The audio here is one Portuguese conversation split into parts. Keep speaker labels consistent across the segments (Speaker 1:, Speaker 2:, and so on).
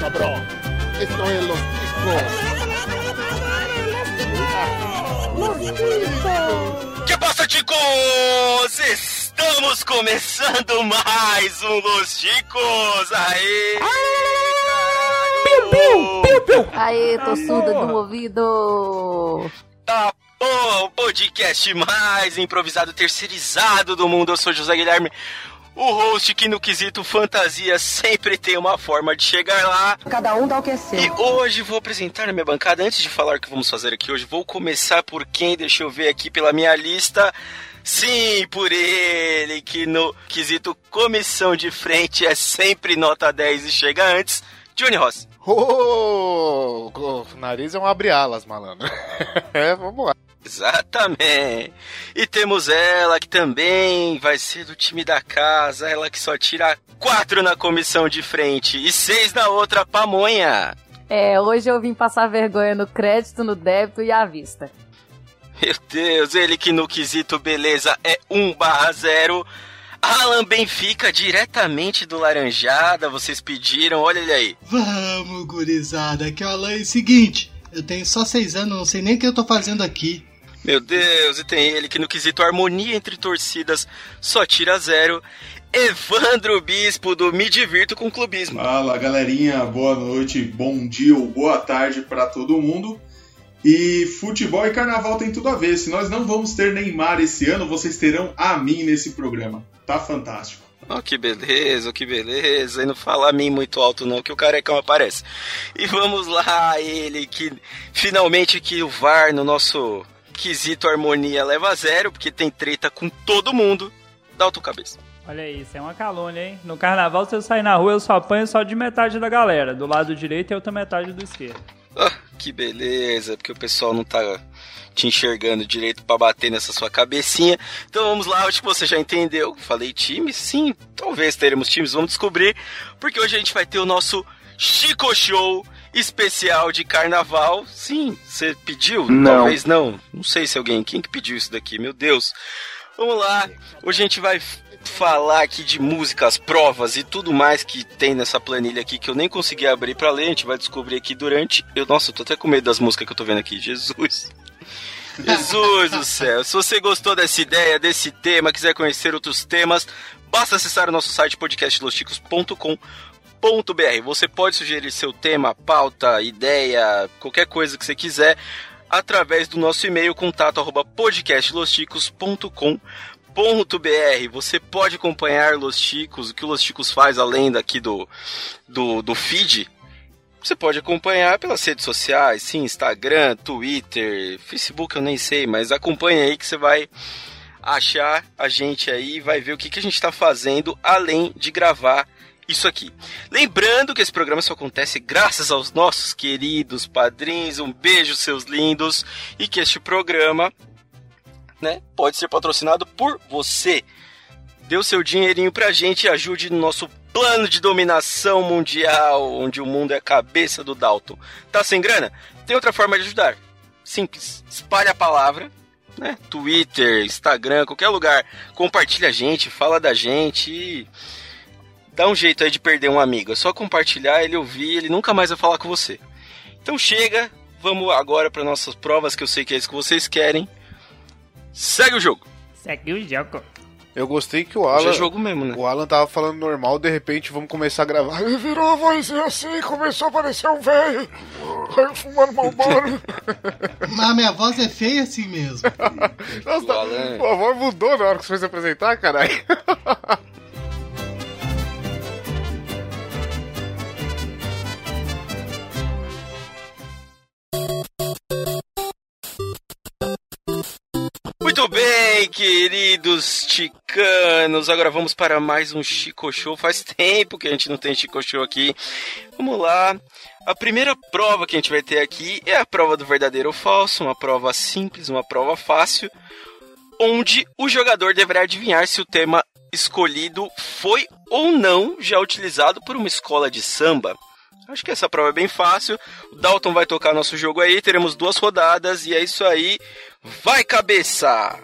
Speaker 1: cabrón. Esto es los discos.
Speaker 2: Que passa, Ticos? Estamos começando mais um Los Ticos! Aê! Piu,
Speaker 3: Aê, tô surda de um ouvido.
Speaker 2: Tá bom, o podcast mais improvisado, terceirizado do mundo. Eu sou José Guilherme, o host que no quesito fantasia sempre tem uma forma de chegar lá.
Speaker 4: Cada um dá o que é seu.
Speaker 2: E hoje vou apresentar na minha bancada. Antes de falar o que vamos fazer aqui hoje, vou começar por quem? Deixa eu ver aqui pela minha lista. Sim, por ele, que no quesito comissão de frente é sempre nota 10 e chega antes. Johnny Ross.
Speaker 1: Oh, o nariz é um abre-alas, malandro. É, vamos lá.
Speaker 2: Exatamente. E temos ela que também vai ser do time da casa, ela que só tira quatro na comissão de frente e seis na outra pamonha.
Speaker 3: É, hoje eu vim passar vergonha no crédito, no débito e à vista.
Speaker 2: Meu Deus, ele que no quesito beleza é 1 barra 0. Alan Benfica, diretamente do Laranjada, vocês pediram, olha ele aí.
Speaker 5: Vamos, gurizada, que o Alan é o seguinte, eu tenho só seis anos, não sei nem o que eu tô fazendo aqui.
Speaker 2: Meu Deus, e tem ele que no quesito harmonia entre torcidas só tira zero. Evandro Bispo do Me Divirto com Clubismo.
Speaker 6: Fala galerinha, boa noite, bom dia ou boa tarde pra todo mundo. E futebol e carnaval tem tudo a ver. Se nós não vamos ter Neymar esse ano, vocês terão a mim nesse programa. Tá fantástico.
Speaker 2: Oh, que beleza, oh, que beleza. E não fala a mim muito alto não, que o carecão aparece. E vamos lá, ele que finalmente que o VAR no nosso quesito harmonia leva a zero, porque tem treta com todo mundo. Dá o teu cabeça.
Speaker 7: Olha isso, é uma calúnia, hein? No carnaval, se eu sair na rua, eu só apanho só de metade da galera. Do lado direito e outra metade do esquerdo.
Speaker 2: Ah, que beleza, porque o pessoal não tá te enxergando direito pra bater nessa sua cabecinha. Então vamos lá, acho que você já entendeu. Falei time? Sim, talvez teremos times, vamos descobrir. Porque hoje a gente vai ter o nosso Chico Show especial de carnaval. Sim, você pediu? Talvez não. Não sei se alguém. Quem que pediu isso daqui? Meu Deus. Vamos lá, hoje a gente vai falar aqui de músicas, provas e tudo mais que tem nessa planilha aqui que eu nem consegui abrir pra ler, a gente vai descobrir aqui durante. Eu, nossa, eu tô até com medo das músicas que eu tô vendo aqui, Jesus. Jesus do céu, se você gostou dessa ideia, desse tema, quiser conhecer outros temas, basta acessar o nosso site podcastlosticos.com.br. Você pode sugerir seu tema, pauta, ideia, qualquer coisa que você quiser através do nosso e-mail contato arroba podcastlosticos.com .br. Você pode acompanhar Los Chicos, o que o Los Chicos faz além daqui do, do, do feed. Você pode acompanhar pelas redes sociais, sim, Instagram, Twitter, Facebook, eu nem sei, mas acompanha aí que você vai achar a gente aí e vai ver o que, que a gente está fazendo além de gravar isso aqui. Lembrando que esse programa só acontece graças aos nossos queridos padrinhos. Um beijo, seus lindos. E que este programa né, pode ser patrocinado por você. Dê o seu dinheirinho pra gente e ajude no nosso plano de dominação mundial, onde o mundo é a cabeça do Dalton. Tá sem grana? Tem outra forma de ajudar. Simples. Espalhe a palavra, né? Twitter, Instagram, qualquer lugar. Compartilha a gente, fala da gente e dá um jeito aí de perder um amigo. É só compartilhar, ele ouvir, ele nunca mais vai falar com você. Então chega, vamos agora para nossas provas, que eu sei que é isso que vocês querem. Segue o jogo.
Speaker 7: Segue o jogo.
Speaker 1: Eu gostei que o
Speaker 2: Hoje
Speaker 1: Alan.
Speaker 2: é jogo mesmo, né?
Speaker 1: O Alan tava falando normal, de repente vamos começar a gravar. Ele virou a vozinha assim, começou a parecer um velho. Aí fumando malboro.
Speaker 5: Mas minha voz é feia assim mesmo.
Speaker 1: Nossa,
Speaker 2: O Alan- é-
Speaker 1: a voz mudou na hora que você foi se apresentar, caralho.
Speaker 2: Muito bem, queridos ticanos. Agora vamos para mais um Chico Show. Faz tempo que a gente não tem Chico Show aqui. Vamos lá. A primeira prova que a gente vai ter aqui é a prova do verdadeiro ou falso, uma prova simples, uma prova fácil, onde o jogador deverá adivinhar se o tema escolhido foi ou não já utilizado por uma escola de samba. Acho que essa prova é bem fácil. O Dalton vai tocar nosso jogo aí, teremos duas rodadas e é isso aí. Vai cabeça!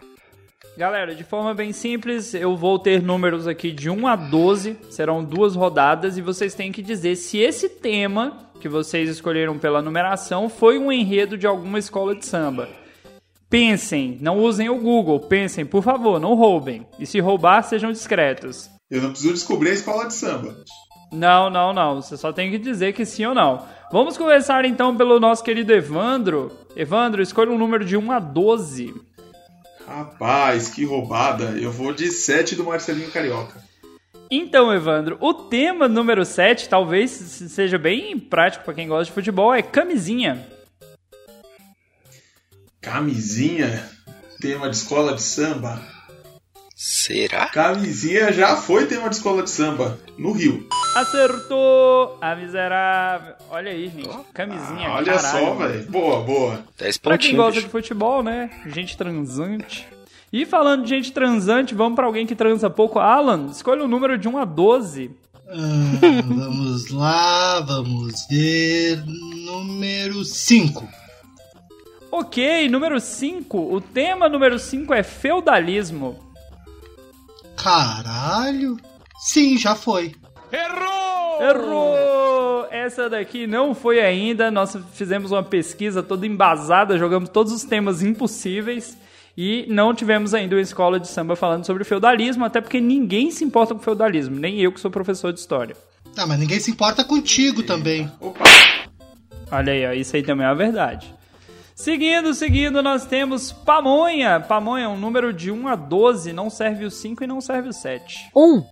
Speaker 7: Galera, de forma bem simples, eu vou ter números aqui de 1 a 12, serão duas rodadas e vocês têm que dizer se esse tema que vocês escolheram pela numeração foi um enredo de alguma escola de samba. Pensem, não usem o Google, pensem, por favor, não roubem. E se roubar, sejam discretos.
Speaker 6: Eu não preciso descobrir a escola de samba.
Speaker 7: Não, não, não. Você só tem que dizer que sim ou não. Vamos começar então pelo nosso querido Evandro. Evandro, escolha um número de 1 a 12.
Speaker 6: Rapaz, que roubada. Eu vou de 7 do Marcelinho Carioca.
Speaker 7: Então, Evandro, o tema número 7, talvez se- seja bem prático pra quem gosta de futebol, é camisinha.
Speaker 6: Camisinha? Tema de escola de samba?
Speaker 2: Será?
Speaker 6: Camisinha já foi tema de escola de samba, no Rio.
Speaker 7: Acertou a miserável. Olha aí, gente. Camisinha,
Speaker 6: Ah, olha
Speaker 7: caralho.
Speaker 6: só, velho. Boa, boa.
Speaker 2: 10
Speaker 7: Pra quem
Speaker 2: pontinhos.
Speaker 7: gosta
Speaker 2: bicho.
Speaker 7: de futebol, né? Gente transante. E falando de gente transante, vamos pra alguém que transa pouco. Alan, escolha o número de 1 a 12.
Speaker 5: Ah, vamos lá, vamos ver. Número 5.
Speaker 7: Ok, número 5. O tema número 5 é feudalismo.
Speaker 5: Caralho. Sim, já foi.
Speaker 7: Errou! Essa daqui não foi ainda. Nós fizemos uma pesquisa toda embasada, jogamos todos os temas impossíveis e não tivemos ainda uma escola de samba falando sobre feudalismo, até porque ninguém se importa com feudalismo, nem eu que sou professor de história.
Speaker 5: Ah, mas ninguém se importa contigo também.
Speaker 6: Opa,
Speaker 7: Olha aí, ó, isso aí também é a verdade. Seguindo, seguindo, nós temos pamonha. Pamonha é um número de 1 a 12, não serve o 5 e não serve o 7.
Speaker 3: Um.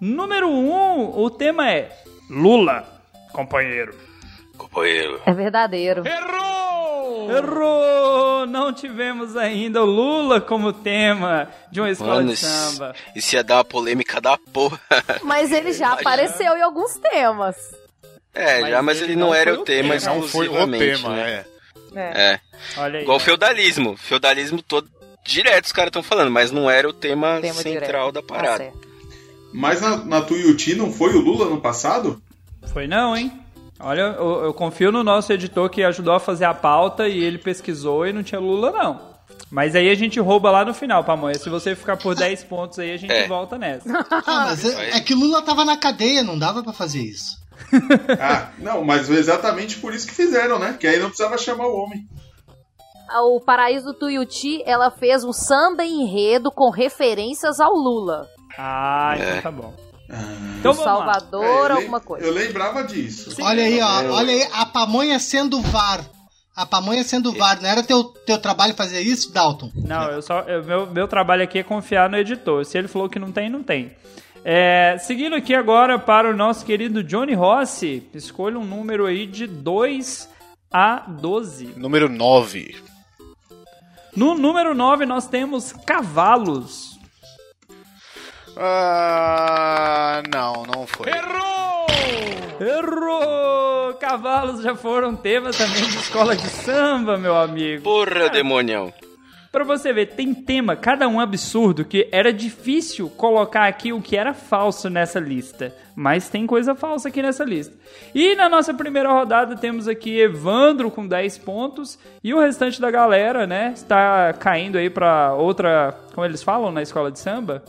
Speaker 7: Número 1, o tema é Lula, companheiro.
Speaker 2: Companheiro.
Speaker 3: É verdadeiro.
Speaker 7: Errou! Não tivemos ainda o Lula como tema de uma escola
Speaker 2: Mano,
Speaker 7: de samba.
Speaker 2: isso- isso ia dar uma polêmica da porra.
Speaker 3: Mas ele já apareceu em alguns temas.
Speaker 2: É,
Speaker 7: Mas
Speaker 2: já, mas
Speaker 7: ele
Speaker 2: ele,
Speaker 7: não
Speaker 2: não era
Speaker 7: foi
Speaker 2: o
Speaker 7: o
Speaker 2: tema
Speaker 7: tema.
Speaker 1: Não foi o
Speaker 2: exclusivamente,
Speaker 1: tema,
Speaker 2: né?
Speaker 1: é.
Speaker 2: É.
Speaker 7: Olha aí.
Speaker 2: Igual feudalismo. Feudalismo todo direto os caras estão falando, mas não era o tema,
Speaker 3: Tema
Speaker 2: central
Speaker 3: direto.
Speaker 2: da
Speaker 3: Tá
Speaker 2: parada.
Speaker 3: certo.
Speaker 6: mas na, na Tuiuti não foi o Lula no passado?
Speaker 7: Foi não, hein? Olha, eu, eu confio no nosso editor que ajudou a fazer a pauta e ele pesquisou e não tinha Lula, não. Mas aí a gente rouba lá no final, Pamonha. Se você ficar por 10 pontos aí, a gente
Speaker 2: É.
Speaker 7: volta nessa.
Speaker 5: Ah, mas é, é que Lula tava na cadeia, não dava pra fazer isso.
Speaker 6: Ah, não, mas foi exatamente por isso que fizeram, né? Que aí não precisava chamar o homem.
Speaker 3: Ah, O Paraíso do Tuiuti, ela fez um samba enredo com referências ao Lula.
Speaker 7: Ah,
Speaker 2: É.
Speaker 7: então tá bom.
Speaker 6: Ah,
Speaker 7: Então
Speaker 3: o
Speaker 7: vamos lá.
Speaker 6: eu
Speaker 3: Salvador,
Speaker 6: lem-
Speaker 3: alguma coisa.
Speaker 6: Eu lembrava disso.
Speaker 5: Olha aí, ó.
Speaker 6: Eu-
Speaker 5: Olha aí, a pamonha sendo VAR. A pamonha sendo VAR. Não era teu, teu trabalho fazer isso, Dalton?
Speaker 7: Não, eu só. eu- meu, meu trabalho aqui é confiar no editor. Se ele falou que não tem, não tem. É, seguindo aqui agora para o nosso querido Johnny Rossi. Escolha um número aí de 2 a 12.
Speaker 1: Número 9.
Speaker 7: No número 9 nós temos cavalos.
Speaker 1: Ah, não, não foi.
Speaker 7: Errou! Cavalos já foram tema também de escola de samba, meu amigo.
Speaker 2: Porra, demonião.
Speaker 7: Pra você ver, tem tema, cada um absurdo, que era difícil colocar aqui o que era falso nessa lista. Mas tem coisa falsa aqui nessa lista. E na nossa primeira rodada temos aqui Evandro com 10 pontos e o restante da galera, né, está caindo aí pra outra, como eles falam na escola de samba?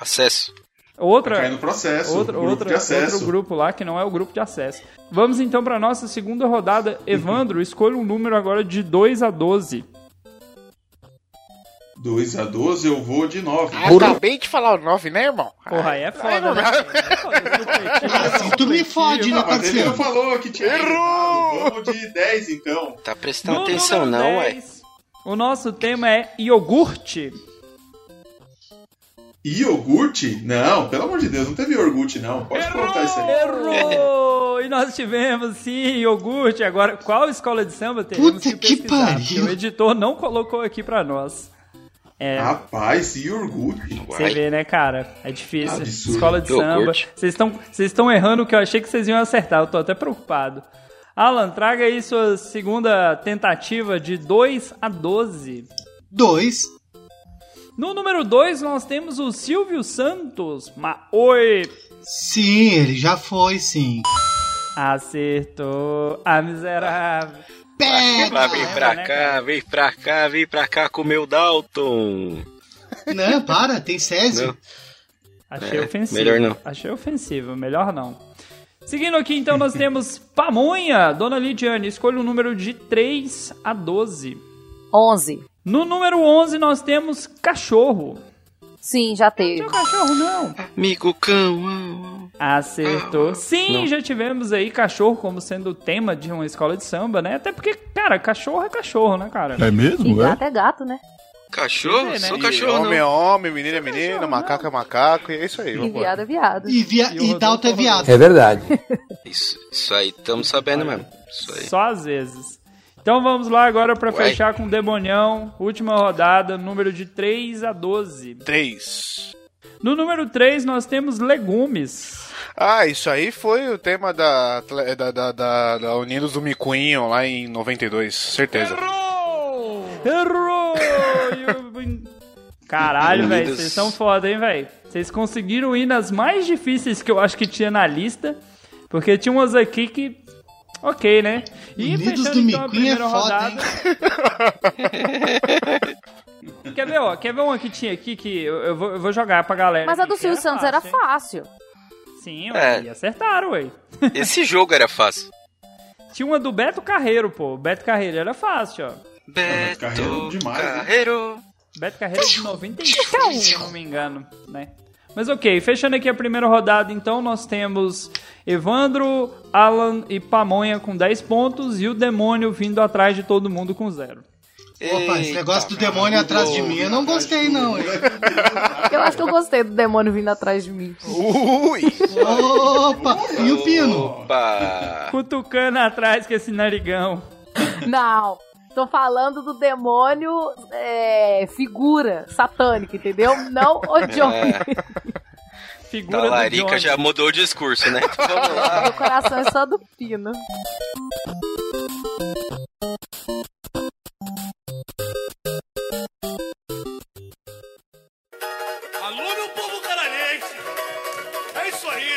Speaker 2: Acesso.
Speaker 7: Outra
Speaker 6: Cai no processo.
Speaker 7: Outro,
Speaker 6: grupo
Speaker 7: outra-
Speaker 6: de acesso.
Speaker 7: outro grupo lá que não é o grupo de acesso. Vamos então para nossa segunda rodada. Evandro, escolha um número agora de 2 a 12.
Speaker 6: 2 a 12 eu vou de 9.
Speaker 1: Acabei de falar o 9, né, irmão?
Speaker 7: Porra, aí é foda.
Speaker 1: não
Speaker 7: né?
Speaker 1: dá.
Speaker 7: É foda, supletivo,
Speaker 5: Assim, tu me
Speaker 7: supletivo.
Speaker 5: fode, né,
Speaker 6: Não, mas ele não
Speaker 5: parceiro?
Speaker 6: falou que tinha.
Speaker 1: Errou!
Speaker 6: Vamos de 10 então.
Speaker 2: Tá prestando
Speaker 7: No
Speaker 2: atenção,
Speaker 7: número
Speaker 2: não, ué?
Speaker 7: 10, O nosso tema é iogurte.
Speaker 6: Iogurte? Não, pelo amor de Deus, não teve iogurte não. Pode cortar isso aí.
Speaker 7: Errou! E nós tivemos, sim, iogurte. Agora, qual escola de samba teremos
Speaker 5: Puta
Speaker 7: que
Speaker 5: que
Speaker 7: pesquisar?
Speaker 5: pariu.
Speaker 7: Porque o editor não colocou aqui pra nós. É,
Speaker 6: Rapaz, iogurte.
Speaker 7: Você
Speaker 2: Uai.
Speaker 7: vê, né, cara? É difícil.
Speaker 6: Absurdo.
Speaker 7: Escola de
Speaker 2: Eu
Speaker 7: samba.
Speaker 2: curte.
Speaker 7: Vocês estão vocês estão errando o que eu achei que vocês iam acertar. Eu tô até preocupado. Alan, traga aí sua segunda tentativa de 2 a 12.
Speaker 5: Dois.
Speaker 7: No número 2, nós temos o Silvio Santos. Ma Oi!
Speaker 5: Sim, ele já foi, sim.
Speaker 7: Acertou. A miserável.
Speaker 2: Lá,
Speaker 5: Pega!
Speaker 2: vem
Speaker 7: Leva,
Speaker 2: pra
Speaker 7: né,
Speaker 2: cá, vem pra cá, vem pra cá com o meu Dalton.
Speaker 5: Não, para, tem Césio.
Speaker 2: Não.
Speaker 7: Achei
Speaker 2: É,
Speaker 7: ofensivo.
Speaker 2: melhor não.
Speaker 7: Achei ofensivo, melhor não. Seguindo aqui, então, nós temos Pamonha. Dona Lidiane, escolha o número de 3 a 12.
Speaker 3: 11.
Speaker 7: No número 11, nós temos Cachorro.
Speaker 3: Sim, já
Speaker 7: Não é
Speaker 3: teve.
Speaker 7: o cachorro, não.
Speaker 2: Mico cão.
Speaker 7: Acertou. Sim,
Speaker 2: Não.
Speaker 7: já tivemos aí cachorro como sendo o tema de uma escola de samba, né? Até porque, cara, cachorro é cachorro, né, cara?
Speaker 4: É
Speaker 3: E
Speaker 4: mesmo? É?
Speaker 3: gato é gato, né?
Speaker 2: Cachorro?
Speaker 7: Você vê, né?
Speaker 2: Sou
Speaker 7: E
Speaker 2: cachorro,
Speaker 1: homem
Speaker 2: não.
Speaker 1: é homem, menino é menino, macaco é macaco, e é isso aí.
Speaker 3: E
Speaker 1: vambora.
Speaker 3: viado é viado.
Speaker 5: E, via...
Speaker 7: E o
Speaker 5: e Dalton é
Speaker 7: Rodolfo
Speaker 5: viado.
Speaker 8: É verdade.
Speaker 2: Isso, isso aí, estamos sabendo mesmo. Isso aí.
Speaker 7: Só às vezes. Então vamos lá agora pra
Speaker 2: Ué.
Speaker 7: fechar com o Demonião. Última rodada, número de 3 a 12.
Speaker 1: Três.
Speaker 7: No número 3, nós temos legumes.
Speaker 1: Ah, isso aí foi o tema da, atle- da, da, da, da Unidos do Micuinho lá em 92, certeza.
Speaker 7: Errou! E o- Caralho, velho,
Speaker 2: Unidos.
Speaker 7: vocês são foda, hein, velho? Vocês conseguiram ir nas mais difíceis que eu acho que tinha na lista, porque tinha umas aqui que. Ok, né? E
Speaker 5: Unidos
Speaker 7: fechando
Speaker 5: do
Speaker 7: então
Speaker 5: Miquinho
Speaker 7: a
Speaker 5: é
Speaker 7: primeira
Speaker 5: foda,
Speaker 7: rodada. quer ver, ó? Quer ver uma que tinha aqui que eu, eu vou, eu vou jogar pra galera.
Speaker 3: Mas a
Speaker 7: aqui,
Speaker 3: do
Speaker 7: que
Speaker 3: Silvio Santos era
Speaker 7: hein?
Speaker 3: fácil.
Speaker 7: Sim,
Speaker 2: É.
Speaker 7: ué, e acertaram, ué.
Speaker 2: Esse jogo era fácil.
Speaker 7: Tinha uma do Beto Carreiro, pô. Beto Carreiro era fácil, ó.
Speaker 2: Beto
Speaker 6: Carreiro demais, né?
Speaker 2: Carreiro.
Speaker 7: Beto Carreiro de 95, se eu não me engano, né? Mas ok, fechando aqui a primeira rodada, então nós temos Evandro, Alan e Pamonha com 10 pontos e o Demônio vindo atrás de todo mundo com zero.
Speaker 2: É
Speaker 5: Opa, esse
Speaker 2: Eita,
Speaker 5: negócio do
Speaker 2: cara,
Speaker 5: demônio atrás de
Speaker 2: mudou.
Speaker 5: mim, eu não gostei, não, hein?
Speaker 3: Eu acho que eu gostei do demônio vindo atrás de mim.
Speaker 1: Ui!
Speaker 5: Opa! E o Pino?
Speaker 2: Opa!
Speaker 7: Cutucando atrás com esse narigão.
Speaker 3: Não. Tô falando do demônio é, figura satânica, entendeu? Não o Johnny.
Speaker 7: Figura
Speaker 2: Da
Speaker 7: do Johnny.
Speaker 2: Larica já é mudou o discurso, né? Então vamos lá.
Speaker 3: Meu coração é só do Pino.
Speaker 9: Alô, meu povo canarense! É isso aí!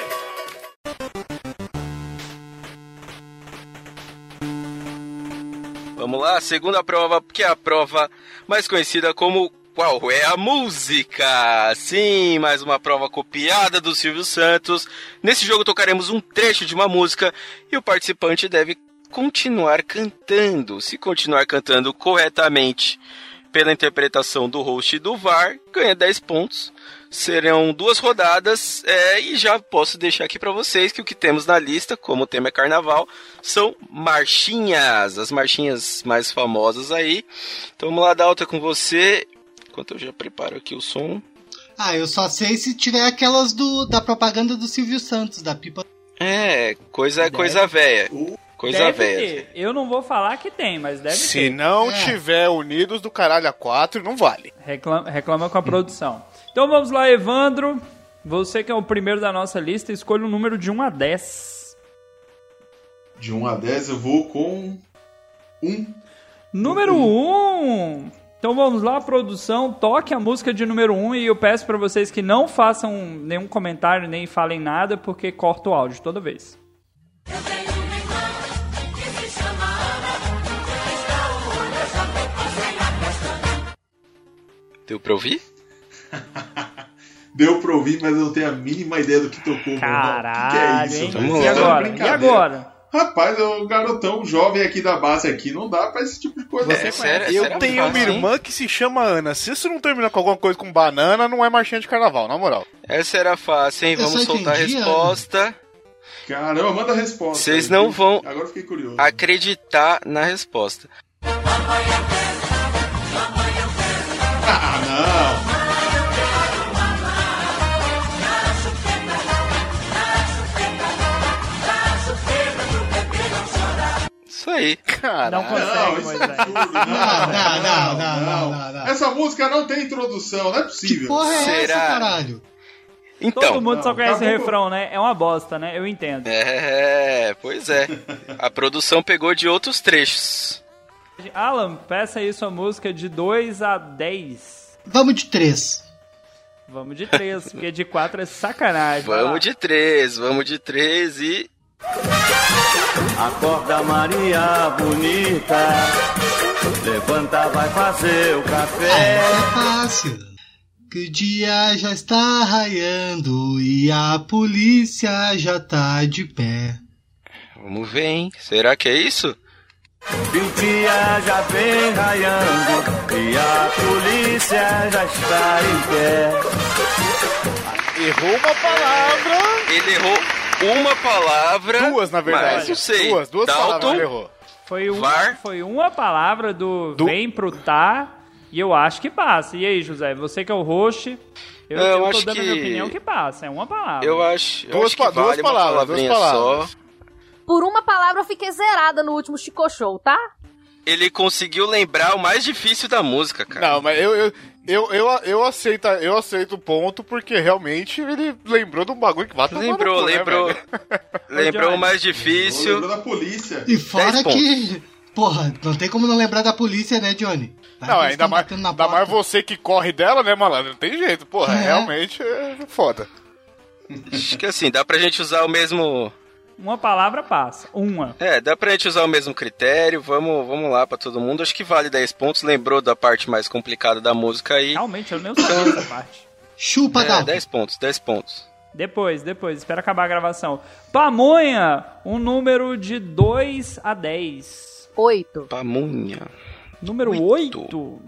Speaker 2: Vamos lá, segunda prova, que é a prova mais conhecida como Qual é a Música? Sim, mais uma prova copiada do Silvio Santos. Nesse jogo tocaremos um trecho de uma música e o participante deve continuar cantando. Se continuar cantando corretamente pela interpretação do host e do VAR, ganha 10 pontos. Serão duas rodadas é, e já posso deixar aqui para vocês que o que temos na lista, como o tema é carnaval, são marchinhas, as marchinhas mais famosas aí. Então vamos lá, Dalta, com você. Enquanto eu já preparo aqui o som.
Speaker 5: Ah, eu só sei se tiver aquelas do, da propaganda do Silvio Santos, da pipa.
Speaker 2: É, coisa coisa velha. Coisa
Speaker 7: deve
Speaker 2: velha.
Speaker 7: ter. Eu não vou falar que tem, mas deve
Speaker 1: Se
Speaker 7: ter.
Speaker 1: não
Speaker 5: É.
Speaker 1: tiver Unidos do Caralho a 4, não vale.
Speaker 7: Reclama, reclama com a produção. Então vamos lá, Evandro. Você que é o primeiro da nossa lista, escolha o número de 1 a 10.
Speaker 6: De 1 a 10 eu vou com 1.
Speaker 7: Número 1! Um. Então vamos lá, produção, toque a música de número 1 um, e eu peço pra vocês que não façam nenhum comentário, nem falem nada, porque corta o áudio toda vez.
Speaker 2: Deu pra ouvir?
Speaker 6: Deu pra ouvir, mas eu não tenho a mínima ideia do que tocou. meu irmão.
Speaker 7: Caralho,
Speaker 6: que que é
Speaker 7: hein?
Speaker 6: isso, velho?
Speaker 2: Vamos
Speaker 7: E
Speaker 2: lá.
Speaker 6: Isso é uma
Speaker 7: agora? E
Speaker 6: brincadeira.
Speaker 7: agora?
Speaker 6: Rapaz, eu, garotão jovem aqui da base aqui, não dá pra esse tipo de coisa.
Speaker 2: Você
Speaker 6: não.
Speaker 2: conhece? É,
Speaker 1: Eu
Speaker 2: será
Speaker 1: tenho
Speaker 2: que
Speaker 1: uma
Speaker 2: faz, assim? hein?
Speaker 1: irmã que se chama Ana. Se isso não terminar com alguma coisa com banana, não é marchinha de carnaval, na moral.
Speaker 2: Essa era fácil, hein?
Speaker 5: Eu
Speaker 2: Vamos
Speaker 5: só
Speaker 2: soltar a
Speaker 5: entendi,
Speaker 2: resposta.
Speaker 6: Caramba, manda a resposta.
Speaker 2: Vocês
Speaker 6: aí,
Speaker 2: não
Speaker 6: viu?
Speaker 2: vão-
Speaker 6: Agora eu fiquei curioso.
Speaker 2: Acreditar na resposta.
Speaker 6: Ah,
Speaker 2: Isso aí.
Speaker 7: Não
Speaker 1: Cara,
Speaker 6: não!
Speaker 7: consegue,
Speaker 6: Não, isso é
Speaker 7: Moisés.
Speaker 6: absurdo. Não,
Speaker 5: não, não, não, não, não.
Speaker 6: Essa música não tem introdução, não é
Speaker 5: Que
Speaker 6: possível.
Speaker 5: porra é essa,
Speaker 2: Será?
Speaker 5: caralho?
Speaker 2: Então.
Speaker 7: Todo mundo só
Speaker 6: não,
Speaker 7: conhece o
Speaker 6: acabou.
Speaker 7: refrão, né? É uma bosta, né? Eu entendo.
Speaker 2: É, pois é. A produção pegou de outros trechos.
Speaker 7: Alan, peça aí sua música de 2 a 10.
Speaker 5: Vamos de três.
Speaker 7: Vamos de 3, porque de 4 é sacanagem. Vai lá.
Speaker 2: Vamos de três, vamos de três e.
Speaker 9: Quero
Speaker 4: Acorda Maria bonita, levanta, vai fazer o café.
Speaker 5: É fácil. Que o dia já está raiando e a polícia já tá de pé.
Speaker 2: Vamos ver, hein? Será que é isso?
Speaker 4: E o dia já vem raiando e a polícia já está em pé.
Speaker 1: Errou uma palavra.
Speaker 2: Ele errou uma palavra.
Speaker 1: Duas, na verdade.
Speaker 2: É. Mas não sei.
Speaker 1: Duas, duas palavras
Speaker 2: Dalton,
Speaker 1: ele errou.
Speaker 7: Foi uma,
Speaker 2: Var.
Speaker 7: foi uma palavra do,
Speaker 1: Do-
Speaker 7: vem pro tá e eu acho que passa. E aí, José, você que é o host, eu,
Speaker 2: É, Eu
Speaker 7: eu tô
Speaker 2: acho
Speaker 7: dando a
Speaker 2: que-
Speaker 7: minha opinião que passa. É uma palavra.
Speaker 2: eu acho. eu
Speaker 1: Duas
Speaker 2: acho que
Speaker 1: pa- duas
Speaker 2: vale uma
Speaker 1: palavras,
Speaker 2: palavrinha
Speaker 1: duas palavras.
Speaker 2: só.
Speaker 3: Por uma palavra eu fiquei zerada no último Chico Show, tá?
Speaker 2: Ele conseguiu lembrar o mais difícil da música, cara.
Speaker 1: Não, mas eu, eu, eu, eu, eu aceito, eu aceito o ponto, porque realmente ele lembrou de um bagulho que vai tomar no cu,
Speaker 2: lembrou,
Speaker 1: né,
Speaker 2: lembrou.
Speaker 1: velho?
Speaker 2: lembrou o
Speaker 7: Johnny.
Speaker 2: mais
Speaker 5: é
Speaker 6: Isso.
Speaker 2: difícil.
Speaker 6: Lembrou da polícia.
Speaker 5: E fora
Speaker 2: Dez pontos.
Speaker 5: que. Porra, não tem como não lembrar da polícia, né, Johnny? Vai
Speaker 1: Não,
Speaker 5: que eles
Speaker 1: ainda
Speaker 5: tão
Speaker 1: mais,
Speaker 5: batendo na
Speaker 1: ainda
Speaker 5: porta.
Speaker 1: mais você que corre dela, né, malandro? Não tem jeito, porra.
Speaker 5: É.
Speaker 1: Realmente é foda.
Speaker 2: Acho que assim, dá pra gente usar o mesmo.
Speaker 7: Uma palavra passa. Uma.
Speaker 2: É, dá pra gente usar o mesmo critério. Vamos, vamos lá pra todo mundo. Acho que vale 10 pontos. Lembrou da parte mais complicada da música aí.
Speaker 7: Realmente, eu nem sabia
Speaker 2: Então-
Speaker 7: essa parte.
Speaker 5: Chupa,
Speaker 2: É,
Speaker 5: Dal.
Speaker 2: 10 pontos, 10 pontos.
Speaker 7: Depois, depois, espera acabar a gravação. Pamonha, um número de 2 a 10.
Speaker 3: Oito.
Speaker 2: Pamunha.
Speaker 7: Número
Speaker 2: Oito.
Speaker 7: 8.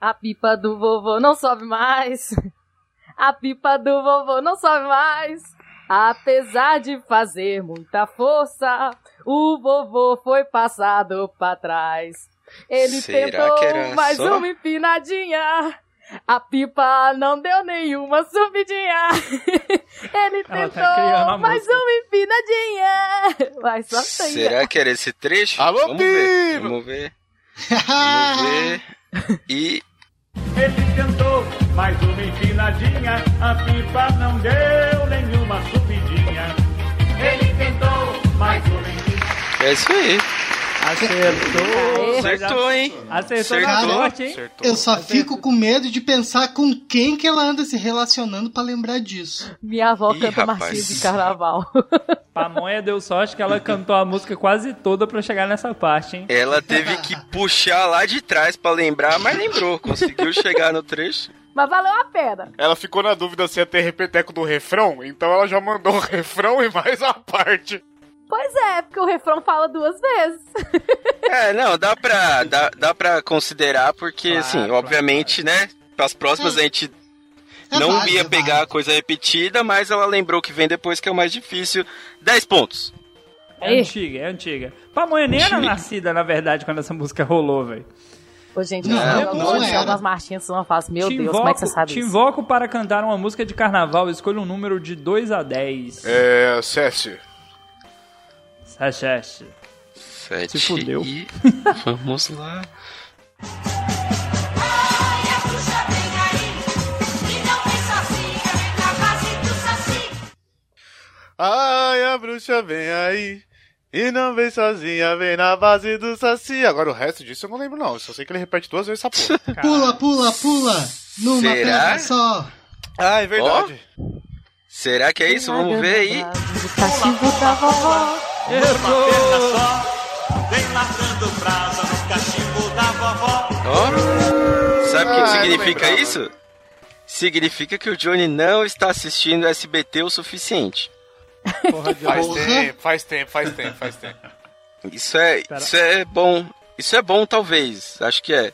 Speaker 3: A pipa do vovô não sobe mais. A pipa do vovô não sobe mais. Apesar de fazer muita força, o vovô foi passado pra trás. Ele
Speaker 2: Será
Speaker 3: tentou
Speaker 2: que era
Speaker 3: mais
Speaker 2: só?
Speaker 3: uma empinadinha. A pipa não deu nenhuma subidinha. Ele
Speaker 7: Ela tá
Speaker 3: tentou
Speaker 7: criando a
Speaker 3: mais
Speaker 7: música.
Speaker 3: uma empinadinha. Mas só tem.
Speaker 2: Será que era esse trecho?
Speaker 1: Alô,
Speaker 2: Vamos ver.
Speaker 1: Pino!
Speaker 2: Vamos ver.
Speaker 5: Ah.
Speaker 2: Vamos ver. E
Speaker 4: Ele tentou mais uma empinadinha, a pipa não deu nenhuma subidinha. Ele tentou mais uma empinadinha.
Speaker 2: é isso aí.
Speaker 7: Acertou. Mas a-
Speaker 2: Acertou, hein?
Speaker 7: Acertou na
Speaker 5: Acertou.
Speaker 7: sorte, hein?
Speaker 5: Eu
Speaker 1: Tá
Speaker 5: só fico com medo de pensar com quem que ela anda se relacionando pra lembrar disso.
Speaker 3: Minha avó
Speaker 2: Ih,
Speaker 3: canta
Speaker 2: rapaz.
Speaker 3: marchinha de carnaval.
Speaker 7: Pamonha deu sorte que ela cantou a música quase toda pra chegar nessa parte, hein?
Speaker 2: Ela teve que puxar lá de trás pra lembrar, mas lembrou. Conseguiu chegar no trecho.
Speaker 3: Mas valeu a pena.
Speaker 1: Ela ficou na dúvida se ia ter repeteco do refrão, então ela já mandou o refrão e mais a parte.
Speaker 3: Pois é, porque o refrão fala duas vezes.
Speaker 2: É, não, dá pra, dá, dá pra considerar, porque,
Speaker 7: Claro,
Speaker 2: assim,
Speaker 7: claro,
Speaker 2: obviamente, né? Pras próximas a gente
Speaker 5: É
Speaker 2: não
Speaker 5: válido, é
Speaker 2: ia pegar a
Speaker 5: válido.
Speaker 2: coisa repetida, mas ela lembrou que vem depois, que é o mais difícil. 10 pontos.
Speaker 7: É
Speaker 3: Ei.
Speaker 7: antiga, é antiga. Pamonha nem era
Speaker 2: Antiga.
Speaker 7: nascida, na verdade, quando essa música rolou, velho.
Speaker 3: Ô, gente,
Speaker 5: Não,
Speaker 3: pelo
Speaker 2: é.
Speaker 7: não
Speaker 3: amor de
Speaker 5: era.
Speaker 3: Deus, as marchinhas são uma fase. Meu
Speaker 7: Te
Speaker 3: Deus, como é que você sabe
Speaker 7: te
Speaker 3: isso?
Speaker 7: invoco para cantar uma música de carnaval, escolha um número de 2 a 10.
Speaker 1: É, Sessi.
Speaker 7: Sachete.
Speaker 2: Sete.
Speaker 7: Se fudeu.
Speaker 2: E vamos lá.
Speaker 8: Ai, a bruxa vem aí, e não vem sozinha, vem na base do saci.
Speaker 1: Ai, a bruxa vem aí. E não vem sozinha, vem na base do saci. Agora o resto disso eu não lembro, não. Eu só sei que ele repete duas vezes essa porra.
Speaker 5: Pula, pula, pula. Numa
Speaker 2: Será?
Speaker 5: perna só.
Speaker 1: ah, é verdade.
Speaker 2: Será que é isso? Vamos ver aí.
Speaker 3: O cachimbo da vovó.
Speaker 4: Vem largando brasa no cachimbo da vovó.
Speaker 2: Ó. Sabe o que, que
Speaker 1: Ah,
Speaker 2: significa
Speaker 1: eu lembrava.
Speaker 2: isso? Significa que o Johnny não está assistindo SBT o suficiente.
Speaker 1: Faz
Speaker 5: Porra.
Speaker 1: tempo, faz tempo, faz tempo, faz tempo.
Speaker 2: Isso é, isso é bom. Isso é bom, talvez. Acho que é.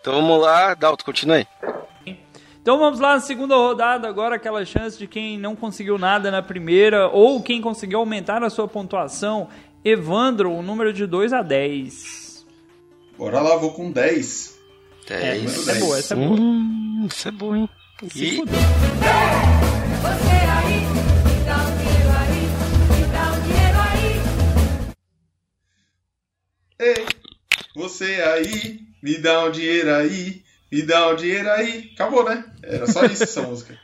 Speaker 2: Então vamos lá, Dalton, continue.
Speaker 7: Então vamos lá na segunda rodada, agora aquela chance de quem não conseguiu nada na primeira ou quem conseguiu aumentar a sua pontuação. Evandro, o número de 2 a 10.
Speaker 6: Bora lá, vou com 10.
Speaker 7: É,
Speaker 2: Dez.
Speaker 7: isso é
Speaker 6: dez.
Speaker 7: boa, essa é boa.
Speaker 2: Hum, isso é bom, hein?
Speaker 7: Se
Speaker 2: E
Speaker 7: fudeu.
Speaker 8: Você aí, me dá um dinheiro aí, me dá um dinheiro aí.
Speaker 6: Ei, você aí, me dá um dinheiro aí, me dá um dinheiro aí. Acabou, né? Era só isso essa música.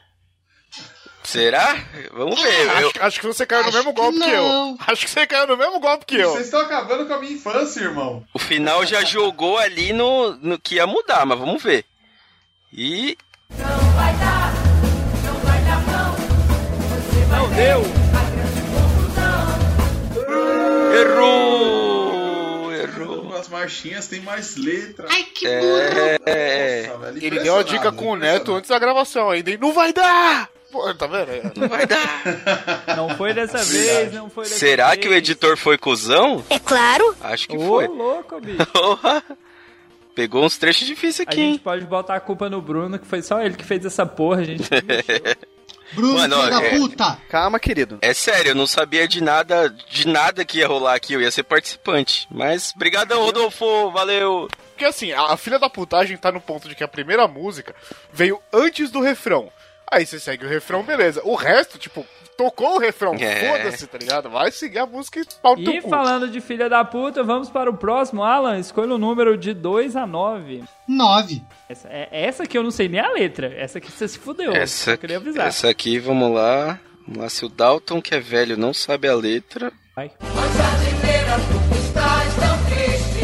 Speaker 2: Será? Vamos ver. Eu-
Speaker 1: Acho, acho que você caiu no
Speaker 5: Acho
Speaker 1: mesmo
Speaker 5: que
Speaker 1: golpe que, eu.
Speaker 5: não.
Speaker 1: Acho que você caiu no mesmo golpe que eu.
Speaker 6: Vocês estão acabando com a minha infância, irmão.
Speaker 2: o final já jogou ali no, no que ia mudar, mas vamos ver. E.
Speaker 8: Não vai dar, não vai dar não. Você vai ver
Speaker 7: Deu!
Speaker 8: a grande confusão.
Speaker 2: Errou! Errou!
Speaker 6: As marchinhas têm mais letra.
Speaker 5: Ai, que burro!
Speaker 2: É.
Speaker 6: Nossa, velho,
Speaker 1: Ele deu a
Speaker 6: impressionado,
Speaker 1: dica com o
Speaker 6: impressionado.
Speaker 1: Neto antes da gravação ainda. E não vai dar! Pô, tá vendo? É.
Speaker 2: Não vai dar.
Speaker 7: Não foi dessa vez, não foi dessa
Speaker 2: Será
Speaker 7: vez.
Speaker 2: que o editor foi cuzão?
Speaker 8: É claro.
Speaker 2: Acho que
Speaker 7: Ô,
Speaker 2: foi.
Speaker 7: louco, bicho.
Speaker 2: Porra! Pegou uns trechos difíceis
Speaker 7: A
Speaker 2: aqui,
Speaker 7: gente
Speaker 2: hein?
Speaker 7: pode botar a culpa no Bruno, que foi só ele que fez essa porra, gente.
Speaker 5: Bruno,
Speaker 2: Mano,
Speaker 5: filho da
Speaker 2: é-
Speaker 5: puta!
Speaker 10: Calma, querido.
Speaker 2: É sério, eu não sabia de nada, de nada que ia rolar aqui, eu ia ser participante. Mas, brigadão, Rodolfo, valeu!
Speaker 1: Porque assim, a, a filha da putagem tá no ponto de que a primeira música veio antes do refrão. Aí você segue o refrão, beleza. O resto, tipo, tocou o refrão.
Speaker 2: É.
Speaker 1: Foda-se, tá ligado? Vai seguir a música e pau no
Speaker 7: E
Speaker 1: teu cu.
Speaker 7: falando de filha da puta, vamos para o próximo. Alan, escolha o número de 2 a 9.
Speaker 5: Nove.
Speaker 7: Essa, é, essa que eu não sei nem a letra. Essa que você se fudeu.
Speaker 2: Essa,
Speaker 7: Então, eu queria avisar.
Speaker 2: essa aqui, vamos lá. Vamos lá, se o Dalton, que é velho, não sabe a letra.
Speaker 7: Vai.
Speaker 8: Mas a primeira tu estás tão triste.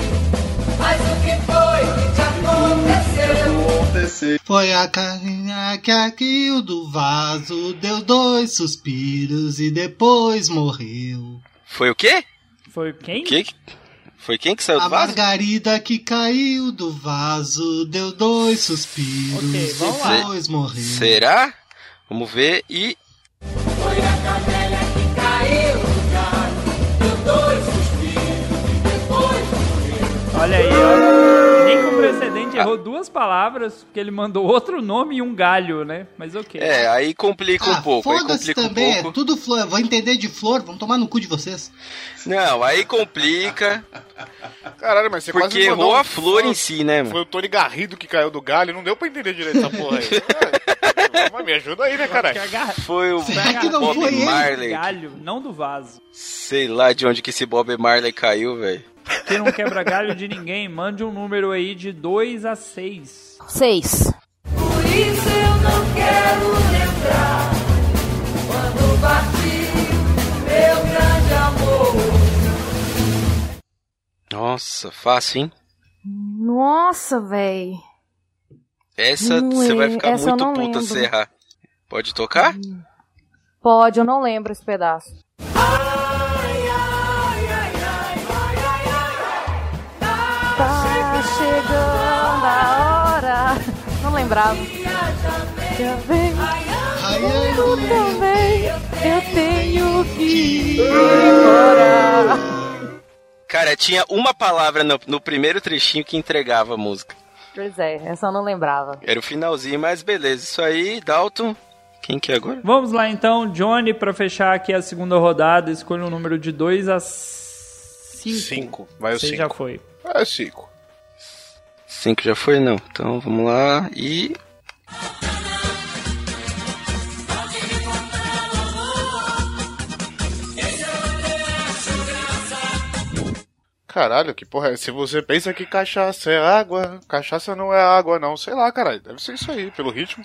Speaker 8: Mas o que foi que te aconteceu?
Speaker 6: Aconteceu.
Speaker 5: Foi a carinha que abriu do vaso, deu dois suspiros e depois morreu.
Speaker 2: Foi o quê?
Speaker 7: Foi quem?
Speaker 2: Que? Foi quem que saiu Tá do
Speaker 5: A
Speaker 2: vaso?
Speaker 5: margarida que caiu do vaso, deu dois suspiros e
Speaker 7: Ok, vamos lá.
Speaker 5: depois morreu.
Speaker 2: Será? Vamos ver. E
Speaker 8: Foi a camélia que caiu do galho. Deu dois suspiros e depois
Speaker 7: Olha aí, ó. Nem com precedente, errou duas palavras, porque ele mandou outro nome e um galho, né? Mas ok.
Speaker 2: é, aí complica um
Speaker 5: Ah,
Speaker 2: pouco, aí
Speaker 5: foda-se
Speaker 2: complica um
Speaker 5: também, é
Speaker 2: pouco.
Speaker 5: tudo flor, vou entender de flor, vão tomar no cu de vocês.
Speaker 2: Não, aí complica,
Speaker 1: Caralho, mas você
Speaker 2: porque
Speaker 1: quase me mandou
Speaker 2: errou
Speaker 1: um-
Speaker 2: a flor em si, né, mano?
Speaker 1: Foi o Tony Garrido que caiu do galho. Não deu pra entender direito essa porra aí. É, mas me ajuda aí, né,
Speaker 7: Que
Speaker 1: caralho?
Speaker 7: agarra-
Speaker 2: Foi o
Speaker 5: Será que não
Speaker 2: Bob
Speaker 5: foi ele?
Speaker 2: Marley.
Speaker 7: um Galho, não do vaso.
Speaker 2: Sei lá de onde que esse Bob Marley caiu, velho.
Speaker 7: Que não quebra galho de ninguém, mande um número aí de 2 a 6.
Speaker 3: Seis.
Speaker 8: Por isso eu não quero lembrar quando partiu meu grande amor.
Speaker 2: Nossa, fácil, hein?
Speaker 3: Nossa, véi.
Speaker 2: Essa
Speaker 3: Não
Speaker 2: você
Speaker 3: é-
Speaker 2: vai ficar
Speaker 3: essa eu
Speaker 2: muito
Speaker 3: não
Speaker 2: puta se
Speaker 3: lembro.
Speaker 2: errar. Pode tocar?
Speaker 3: Pode, eu não lembro esse pedaço.
Speaker 8: Ai, ai, ai, ai, ai, ai, ai, ai.
Speaker 3: Tá chegando a hora. Não lembrava. Também,
Speaker 5: Ai, ai, ai,
Speaker 3: também, eu tenho que.
Speaker 2: Cara, tinha uma palavra no, no primeiro trechinho que entregava a música.
Speaker 3: Pois é, essa eu não lembrava.
Speaker 2: Era o finalzinho, mas beleza. Isso aí, Dalton. Quem que é agora?
Speaker 7: Vamos lá então, Johnny, pra fechar aqui a segunda rodada, escolha um número de 2 a 5.
Speaker 1: Cinco. Vai o
Speaker 7: Você já
Speaker 1: cinco.
Speaker 7: foi.
Speaker 1: Vai o cinco.
Speaker 2: Cinco já foi, não. Então vamos lá. E.
Speaker 1: Caralho, que porra é? Se você pensa que cachaça é água, cachaça não é água, não. Sei lá, caralho. Deve ser isso aí, pelo ritmo.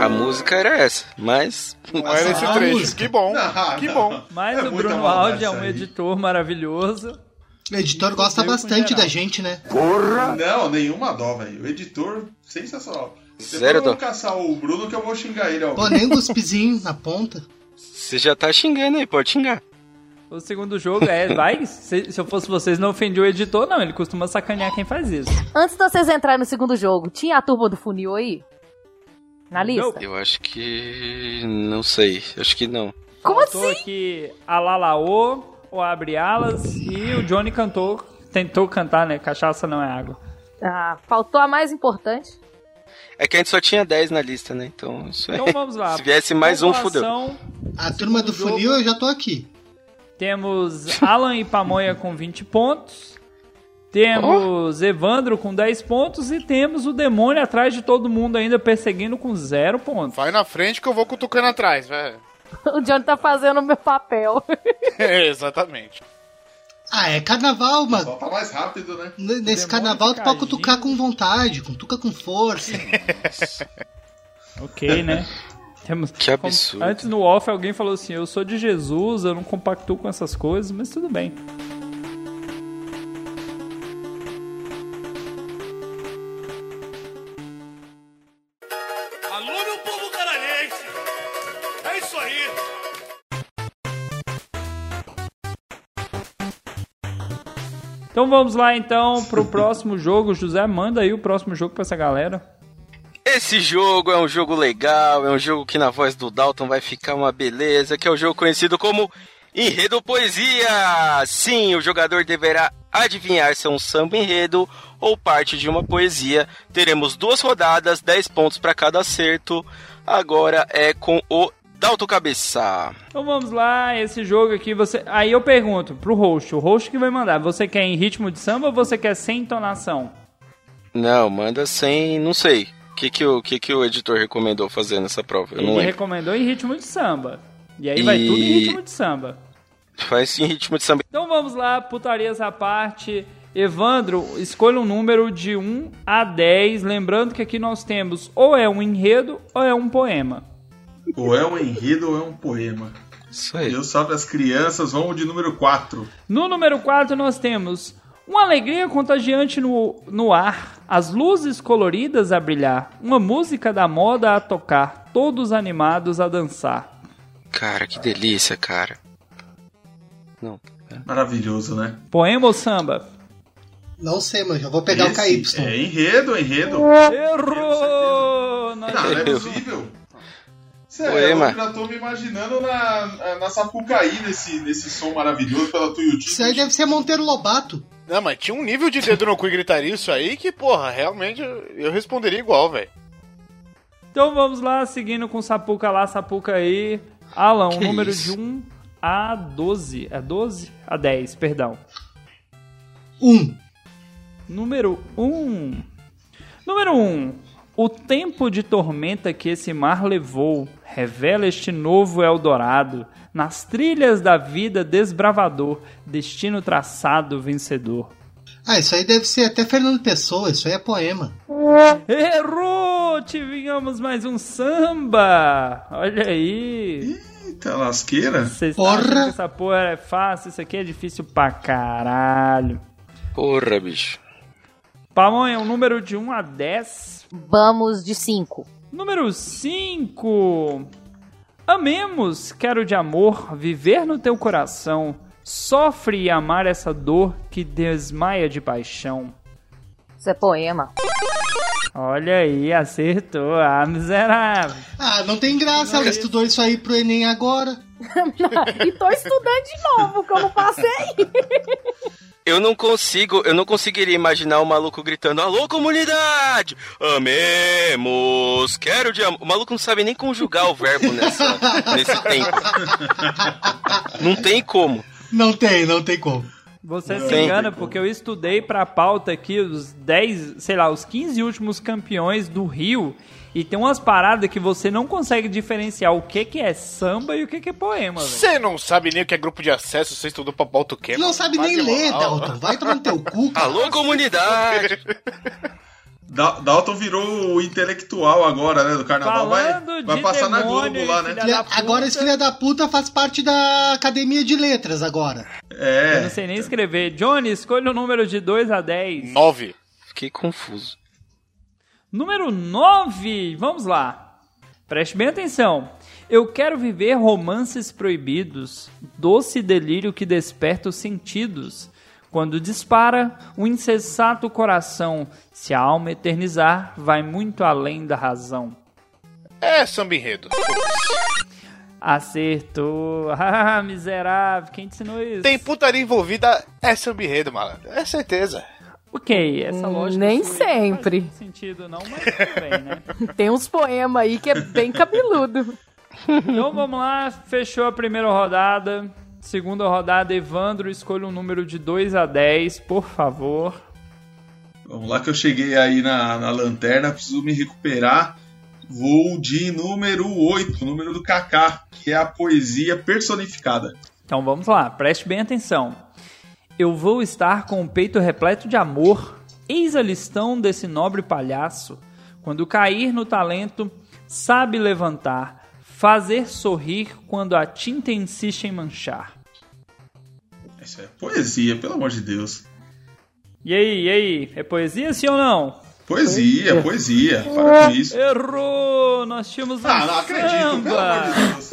Speaker 2: A música era essa, mas.
Speaker 1: Não era esse
Speaker 5: Ah,
Speaker 1: trecho.
Speaker 5: música.
Speaker 1: Que bom.
Speaker 6: Não,
Speaker 1: que
Speaker 6: não.
Speaker 1: bom.
Speaker 7: Mas
Speaker 6: É
Speaker 7: o
Speaker 6: muita
Speaker 7: Bruno
Speaker 6: maldade
Speaker 7: Aldi é um
Speaker 6: isso aí.
Speaker 7: editor maravilhoso.
Speaker 5: O editor gosta
Speaker 7: Eu com
Speaker 5: bastante
Speaker 7: geral.
Speaker 5: da gente, né?
Speaker 6: Não, nenhuma dó, velho. O editor, sensacional.
Speaker 2: Zero
Speaker 6: eu vou
Speaker 2: dó.
Speaker 6: caçar o Bruno que eu vou xingar ele, ó.
Speaker 5: Pô, nem um cuspizinho na ponta.
Speaker 2: Você já tá xingando aí, pode xingar.
Speaker 7: O segundo jogo é, vai, se, se eu fosse vocês, não ofendi o editor, não. Ele costuma sacanear quem faz isso.
Speaker 3: Antes de vocês entrarem no segundo jogo, tinha a turma do funil aí? Na lista?
Speaker 2: Eu acho que. Não sei. Acho que não.
Speaker 3: Como
Speaker 7: Faltou
Speaker 3: assim?
Speaker 7: aqui a Lalaô, o Abre Alas e o Johnny cantou, tentou cantar, né? Cachaça não é água.
Speaker 3: Ah, faltou a mais importante.
Speaker 2: É que a gente só tinha 10 na lista, né? Então isso é.
Speaker 7: Então vamos lá.
Speaker 2: Se viesse mais um, fudeu.
Speaker 7: Pontuação,
Speaker 5: A turma do
Speaker 7: jogo.
Speaker 5: funil eu já tô aqui.
Speaker 7: Temos Alan e Pamonha com 20 pontos. Temos Evandro com 10 pontos e temos o demônio atrás de todo mundo ainda perseguindo com 0 pontos.
Speaker 1: Vai na frente que eu vou cutucando atrás, velho.
Speaker 3: O Johnny tá fazendo o meu papel.
Speaker 1: É, exatamente.
Speaker 5: Ah, é carnaval,
Speaker 6: O
Speaker 5: mano.
Speaker 6: pessoal tá mais rápido, né?
Speaker 5: N- Nesse
Speaker 7: demônio
Speaker 5: carnaval tu
Speaker 7: fica
Speaker 5: pode cutucar
Speaker 7: agindo.
Speaker 5: com vontade, cutuca com força.
Speaker 7: Ok, né? Temos,
Speaker 2: Que absurdo.
Speaker 7: antes no off alguém falou assim: eu sou de Jesus, eu não compactuo com essas coisas, mas tudo bem.
Speaker 9: Alô, meu povo canadense! É isso aí!
Speaker 7: Então vamos lá então pro próximo jogo. José, manda aí o próximo jogo pra essa galera.
Speaker 2: Esse jogo é um jogo legal, é um jogo que na voz do Dalton vai ficar uma beleza, que é o jogo conhecido como Enredo Poesia. Sim, o jogador deverá adivinhar se é um samba enredo ou parte de uma poesia. Teremos duas rodadas, 10 pontos para cada acerto. Agora é com o Dalton Cabeça.
Speaker 7: Então vamos lá, esse jogo aqui você. Aí eu pergunto pro host, o host que vai mandar, você quer em ritmo de samba ou você quer sem entonação?
Speaker 2: Não, manda sem, não sei. O que, que, o, que, que o editor recomendou fazer nessa prova? Eu não
Speaker 7: Ele
Speaker 2: lembro.
Speaker 7: recomendou em ritmo de samba. E aí vai tudo em
Speaker 2: E-
Speaker 7: ritmo de samba.
Speaker 2: Faz em ritmo de samba.
Speaker 7: Então vamos lá, putarias à parte. Evandro, escolha um número de 1 a 10. Lembrando que aqui nós temos ou é um enredo ou é um poema.
Speaker 6: Ou é um enredo ou é um poema.
Speaker 2: Isso
Speaker 5: É
Speaker 2: aí.
Speaker 6: Deus salve as crianças, vamos de número 4.
Speaker 7: No número 4 nós temos uma alegria contagiante no, no ar, as luzes coloridas a brilhar, uma música da moda a tocar, todos animados a dançar.
Speaker 2: Cara, que delícia, cara. Não,
Speaker 6: Maravilhoso, né?
Speaker 7: Poema ou samba?
Speaker 5: Não sei, mano. Já vou pegar o né? KY.
Speaker 6: Esse É enredo, enredo.
Speaker 7: Errou! Nós
Speaker 6: Não, não é
Speaker 2: Eu-
Speaker 6: possível. Sério,
Speaker 2: Poema.
Speaker 6: eu já tô me imaginando na, na Sapucaí nesse, nesse som maravilhoso pela
Speaker 5: Isso aí
Speaker 6: Tuiuti.
Speaker 5: deve ser Monteiro Lobato.
Speaker 1: Não, mas tinha um nível de dedo no cu e gritaria isso aí que, porra, realmente eu eu responderia igual, velho.
Speaker 7: Então vamos lá, seguindo com Sapuca lá, Sapuca aí. Alan, o
Speaker 2: Que
Speaker 7: número
Speaker 2: isso?
Speaker 7: de 1 a 12. É 12? A 10, perdão.
Speaker 5: Um.
Speaker 7: Número 1. Número 1. O tempo de tormenta que esse mar levou revela este novo Eldorado. Nas trilhas da vida desbravador, destino traçado vencedor.
Speaker 5: Ah, isso aí deve ser até Fernando Pessoa. Isso aí é poema.
Speaker 7: Errou! Tivemos mais um samba! Olha aí!
Speaker 6: Eita, lasqueira.
Speaker 7: Vocês
Speaker 5: Porra!
Speaker 7: acham que essa porra é fácil? Isso aqui é difícil pra caralho.
Speaker 2: porra, bicho.
Speaker 7: Pamonha, um número de 1 a 10.
Speaker 3: Vamos de cinco.
Speaker 7: Número 5. Amemos, quero de amor, viver no teu coração. Sofre e amar essa dor que desmaia de paixão.
Speaker 3: Isso é poema.
Speaker 7: Olha aí, acertou. Ah, miserável.
Speaker 5: Ah, não tem graça. Ela estudou isso aí pro Enem agora.
Speaker 3: e tô estudando de novo, que eu não passei.
Speaker 2: Eu não consigo, eu não conseguiria imaginar o maluco gritando, alô comunidade! Amemos! Quero de amor. O maluco não sabe nem conjugar o verbo nessa, nesse tempo. Não tem como.
Speaker 5: Não tem, não tem como.
Speaker 7: Você
Speaker 6: Não.
Speaker 7: se engana
Speaker 6: Sempre, pô.
Speaker 7: porque eu estudei pra pauta aqui os 10, sei lá, os 15 últimos campeões do Rio e tem umas paradas que você não consegue diferenciar o que que é samba e o que que é poema, velho.
Speaker 1: Você não sabe nem o que é grupo de acesso, você estudou pra pauta o quê?
Speaker 7: É,
Speaker 5: Tu não
Speaker 1: mano?
Speaker 5: sabe
Speaker 1: Vai
Speaker 5: nem
Speaker 1: de
Speaker 5: ler,
Speaker 1: moral.
Speaker 5: Dalton. Vai tomar no teu cu. cara.
Speaker 2: Alô comunidade!
Speaker 6: Da- Dalton virou o intelectual agora, né? Do carnaval. Vai,
Speaker 7: Falando
Speaker 6: vai
Speaker 7: de
Speaker 6: passar na
Speaker 7: demônio
Speaker 6: Globo lá,
Speaker 7: e
Speaker 6: né?
Speaker 7: filha
Speaker 5: Ele-
Speaker 7: da puta.
Speaker 5: agora esse filho da puta faz parte da academia de letras agora.
Speaker 7: Eu não
Speaker 6: É.
Speaker 7: sei nem escrever. Johnny, escolha o número de 2 a 10.
Speaker 1: Nove.
Speaker 2: Fiquei confuso.
Speaker 7: Número 9. Vamos lá. Preste bem atenção. Eu quero viver romances proibidos, doce delírio que desperta os sentidos. Quando dispara, o insensato coração, se a alma eternizar, vai muito além da razão.
Speaker 1: É samba enredo.
Speaker 7: Acertou. Ah, miserável. Quem te ensinou isso?
Speaker 1: Tem putaria envolvida, é samba enredo, malandro. É certeza.
Speaker 7: Ok, essa lógica...
Speaker 3: Nem
Speaker 7: sua
Speaker 3: sempre.
Speaker 7: Não faz sentido não, mas tudo bem, né?
Speaker 3: Tem uns poemas aí que é bem cabeludo.
Speaker 7: Então vamos lá, fechou a primeira rodada. Segunda rodada, Evandro, escolha um número de 2 a 10, por favor.
Speaker 6: Vamos lá que eu cheguei aí na, na lanterna, preciso me recuperar. Vou de número 8, número do Kaká, que é a poesia personificada.
Speaker 7: Então vamos lá, preste bem atenção. Eu vou estar com o peito repleto de amor. Eis a listão desse nobre palhaço. Quando cair no talento, sabe levantar, fazer sorrir quando a tinta insiste em manchar.
Speaker 6: Isso é poesia, pelo amor de Deus.
Speaker 7: E aí, e aí? É poesia sim ou não?
Speaker 6: Poesia, poesia. Para com isso.
Speaker 7: Errou! Nós tínhamos
Speaker 6: Ah,
Speaker 7: um
Speaker 6: não acredito, pelo
Speaker 7: samba.
Speaker 6: amor de Deus.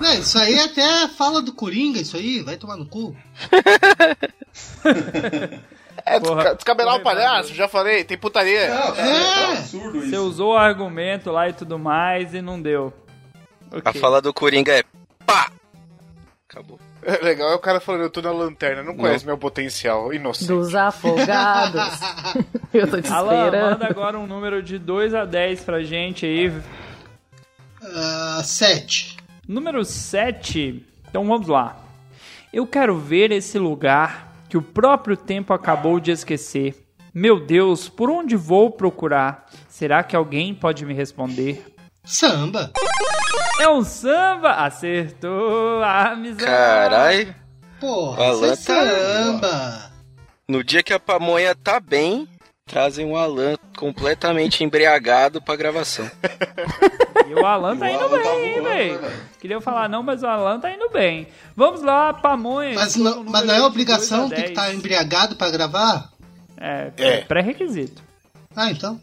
Speaker 5: Não, isso aí é até fala do Coringa, isso aí, vai tomar no cu.
Speaker 1: É,
Speaker 7: Porra,
Speaker 1: desca- descabelar o
Speaker 7: porra,
Speaker 1: palhaço, já falei, tem putaria.
Speaker 6: Não, cara, é um absurdo
Speaker 7: Você
Speaker 6: isso.
Speaker 7: usou o argumento lá e tudo mais e não deu.
Speaker 2: A
Speaker 7: Ok.
Speaker 2: fala do Coringa é pá! Acabou.
Speaker 1: É legal, é o cara falando, eu tô na lanterna, não conhece meu potencial, inocente.
Speaker 3: Dos afogados. Eu tô te
Speaker 7: Alan,
Speaker 3: esperando.
Speaker 7: manda agora um número de 2 a 10 pra gente aí.
Speaker 5: Ah, sete.
Speaker 7: Número 7. Então vamos lá. Eu quero ver esse lugar que o próprio tempo acabou de esquecer. Meu Deus, por onde vou procurar? Será que alguém pode me responder?
Speaker 5: Samba.
Speaker 7: É um samba! Acertou a amizade!
Speaker 2: Carai,
Speaker 5: Porra,
Speaker 2: Alan
Speaker 5: isso é
Speaker 2: tá-
Speaker 5: samba.
Speaker 2: no dia que a pamonha tá bem, trazem o Alan completamente embriagado pra gravação.
Speaker 7: E o Alan tá
Speaker 6: O
Speaker 7: indo
Speaker 6: Alan tá
Speaker 7: bem, hein,
Speaker 6: voando,
Speaker 7: velho?
Speaker 6: né, velho?
Speaker 7: Queria falar não, mas o Alan tá indo bem. Vamos lá, Pamonha.
Speaker 5: Mas não, mas não é obrigação, tem que estar
Speaker 7: embriagado.
Speaker 5: embriagado pra gravar?
Speaker 7: É,
Speaker 1: É.
Speaker 7: pré-requisito.
Speaker 5: Ah, então.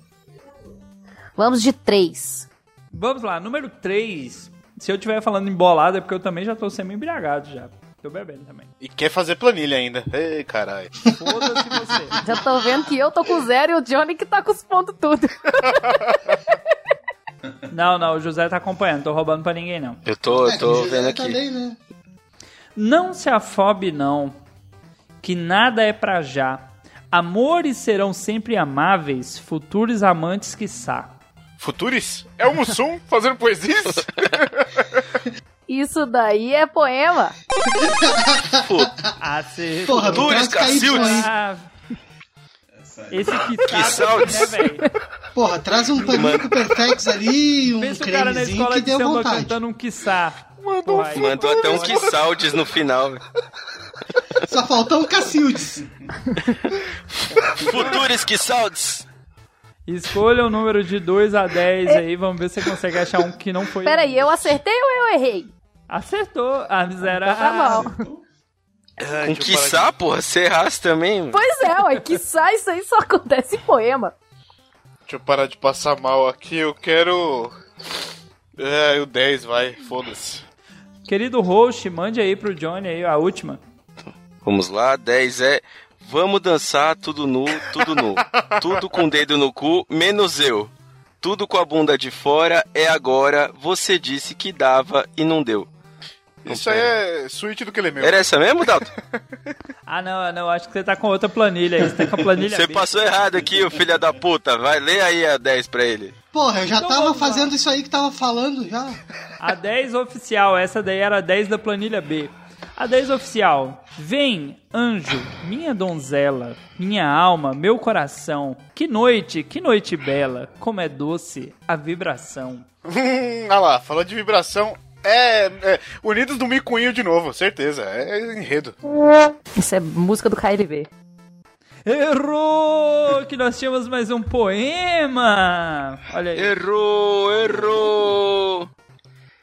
Speaker 3: Vamos de três.
Speaker 7: Vamos lá, número 3. Se eu estiver falando embolado é porque eu também já tô semi-embriagado já. Tô bebendo também.
Speaker 1: E quer fazer planilha ainda. Ei, caralho.
Speaker 7: Foda-se você.
Speaker 3: Já tô vendo que eu tô com zero e o Johnny que tá com os pontos tudo.
Speaker 7: Não, não, o José tá acompanhando, tô roubando pra ninguém não.
Speaker 2: Eu tô,
Speaker 5: É,
Speaker 2: tô
Speaker 5: José
Speaker 2: vendo aqui.
Speaker 5: Também, né?
Speaker 7: Não se afobe não, que nada é pra já. Amores serão sempre amáveis, futuros amantes quiçá.
Speaker 1: Futuris? É o Mussum fazendo poesias?
Speaker 3: Isso daí é poema.
Speaker 7: Ah, Acertou.
Speaker 5: Porra, não
Speaker 2: Lourdes
Speaker 5: traz KY,
Speaker 2: Cacildes.
Speaker 5: hein?
Speaker 7: Ah,
Speaker 6: Essa aí.
Speaker 7: esse
Speaker 2: Quiçá,
Speaker 7: quiçá, né, velho?
Speaker 5: Porra, traz um paninho com Perfex ali e um
Speaker 7: Pensa o cara na
Speaker 5: cremezinho
Speaker 7: escola
Speaker 5: que
Speaker 7: de
Speaker 5: deu
Speaker 7: samba
Speaker 5: vontade.
Speaker 7: cantando um quiçá.
Speaker 1: Mandou
Speaker 7: Porra, aí.
Speaker 2: Mandou até um que saldes no final. velho.
Speaker 5: Só faltou o Cacildes.
Speaker 2: Futuros que saldes!
Speaker 7: Escolha o número de 2 a 10 aí, vamos ver se você consegue achar um que não foi.
Speaker 3: É. Peraí, eu acertei ou eu errei?
Speaker 7: Acertou, Ah, a miserável.
Speaker 3: Tá bom.
Speaker 2: Um quiçá, porra, você errasse também, mano.
Speaker 3: Pois é, ué, que sai isso aí só acontece em poema.
Speaker 1: Deixa eu parar de passar mal aqui, eu quero. É, o 10, vai, foda-se.
Speaker 7: Querido host, mande aí pro Johnny aí a última.
Speaker 2: Vamos lá, 10 é. Vamos dançar, tudo nu, tudo nu. tudo com o dedo no cu, menos eu. Tudo com a bunda de fora, é agora. Você disse que dava e não deu.
Speaker 1: Isso aí é suíte do que ele é meu.
Speaker 2: Era essa mesmo, Dalton?
Speaker 7: Ah, não, não, acho que você tá com outra planilha aí, você tá com a planilha
Speaker 2: Você
Speaker 7: B.
Speaker 2: passou errado aqui, ô filha da puta. Vai, lê aí a 10 pra ele.
Speaker 5: Porra, eu já
Speaker 7: Então
Speaker 5: tava
Speaker 7: vamos lá.
Speaker 5: fazendo isso aí que tava falando já.
Speaker 7: A 10 oficial, essa daí era a 10 da planilha B. A 10 oficial. Vem, anjo, minha donzela, minha alma, meu coração. Que noite, que noite bela, como é doce a vibração.
Speaker 1: Hum, ah lá, falando de vibração, é, é, Unidos do Micunho de novo, certeza. É enredo.
Speaker 3: Isso é música do KLB.
Speaker 7: Errou! Que nós tínhamos mais um poema! Olha aí.
Speaker 2: Errou, errou.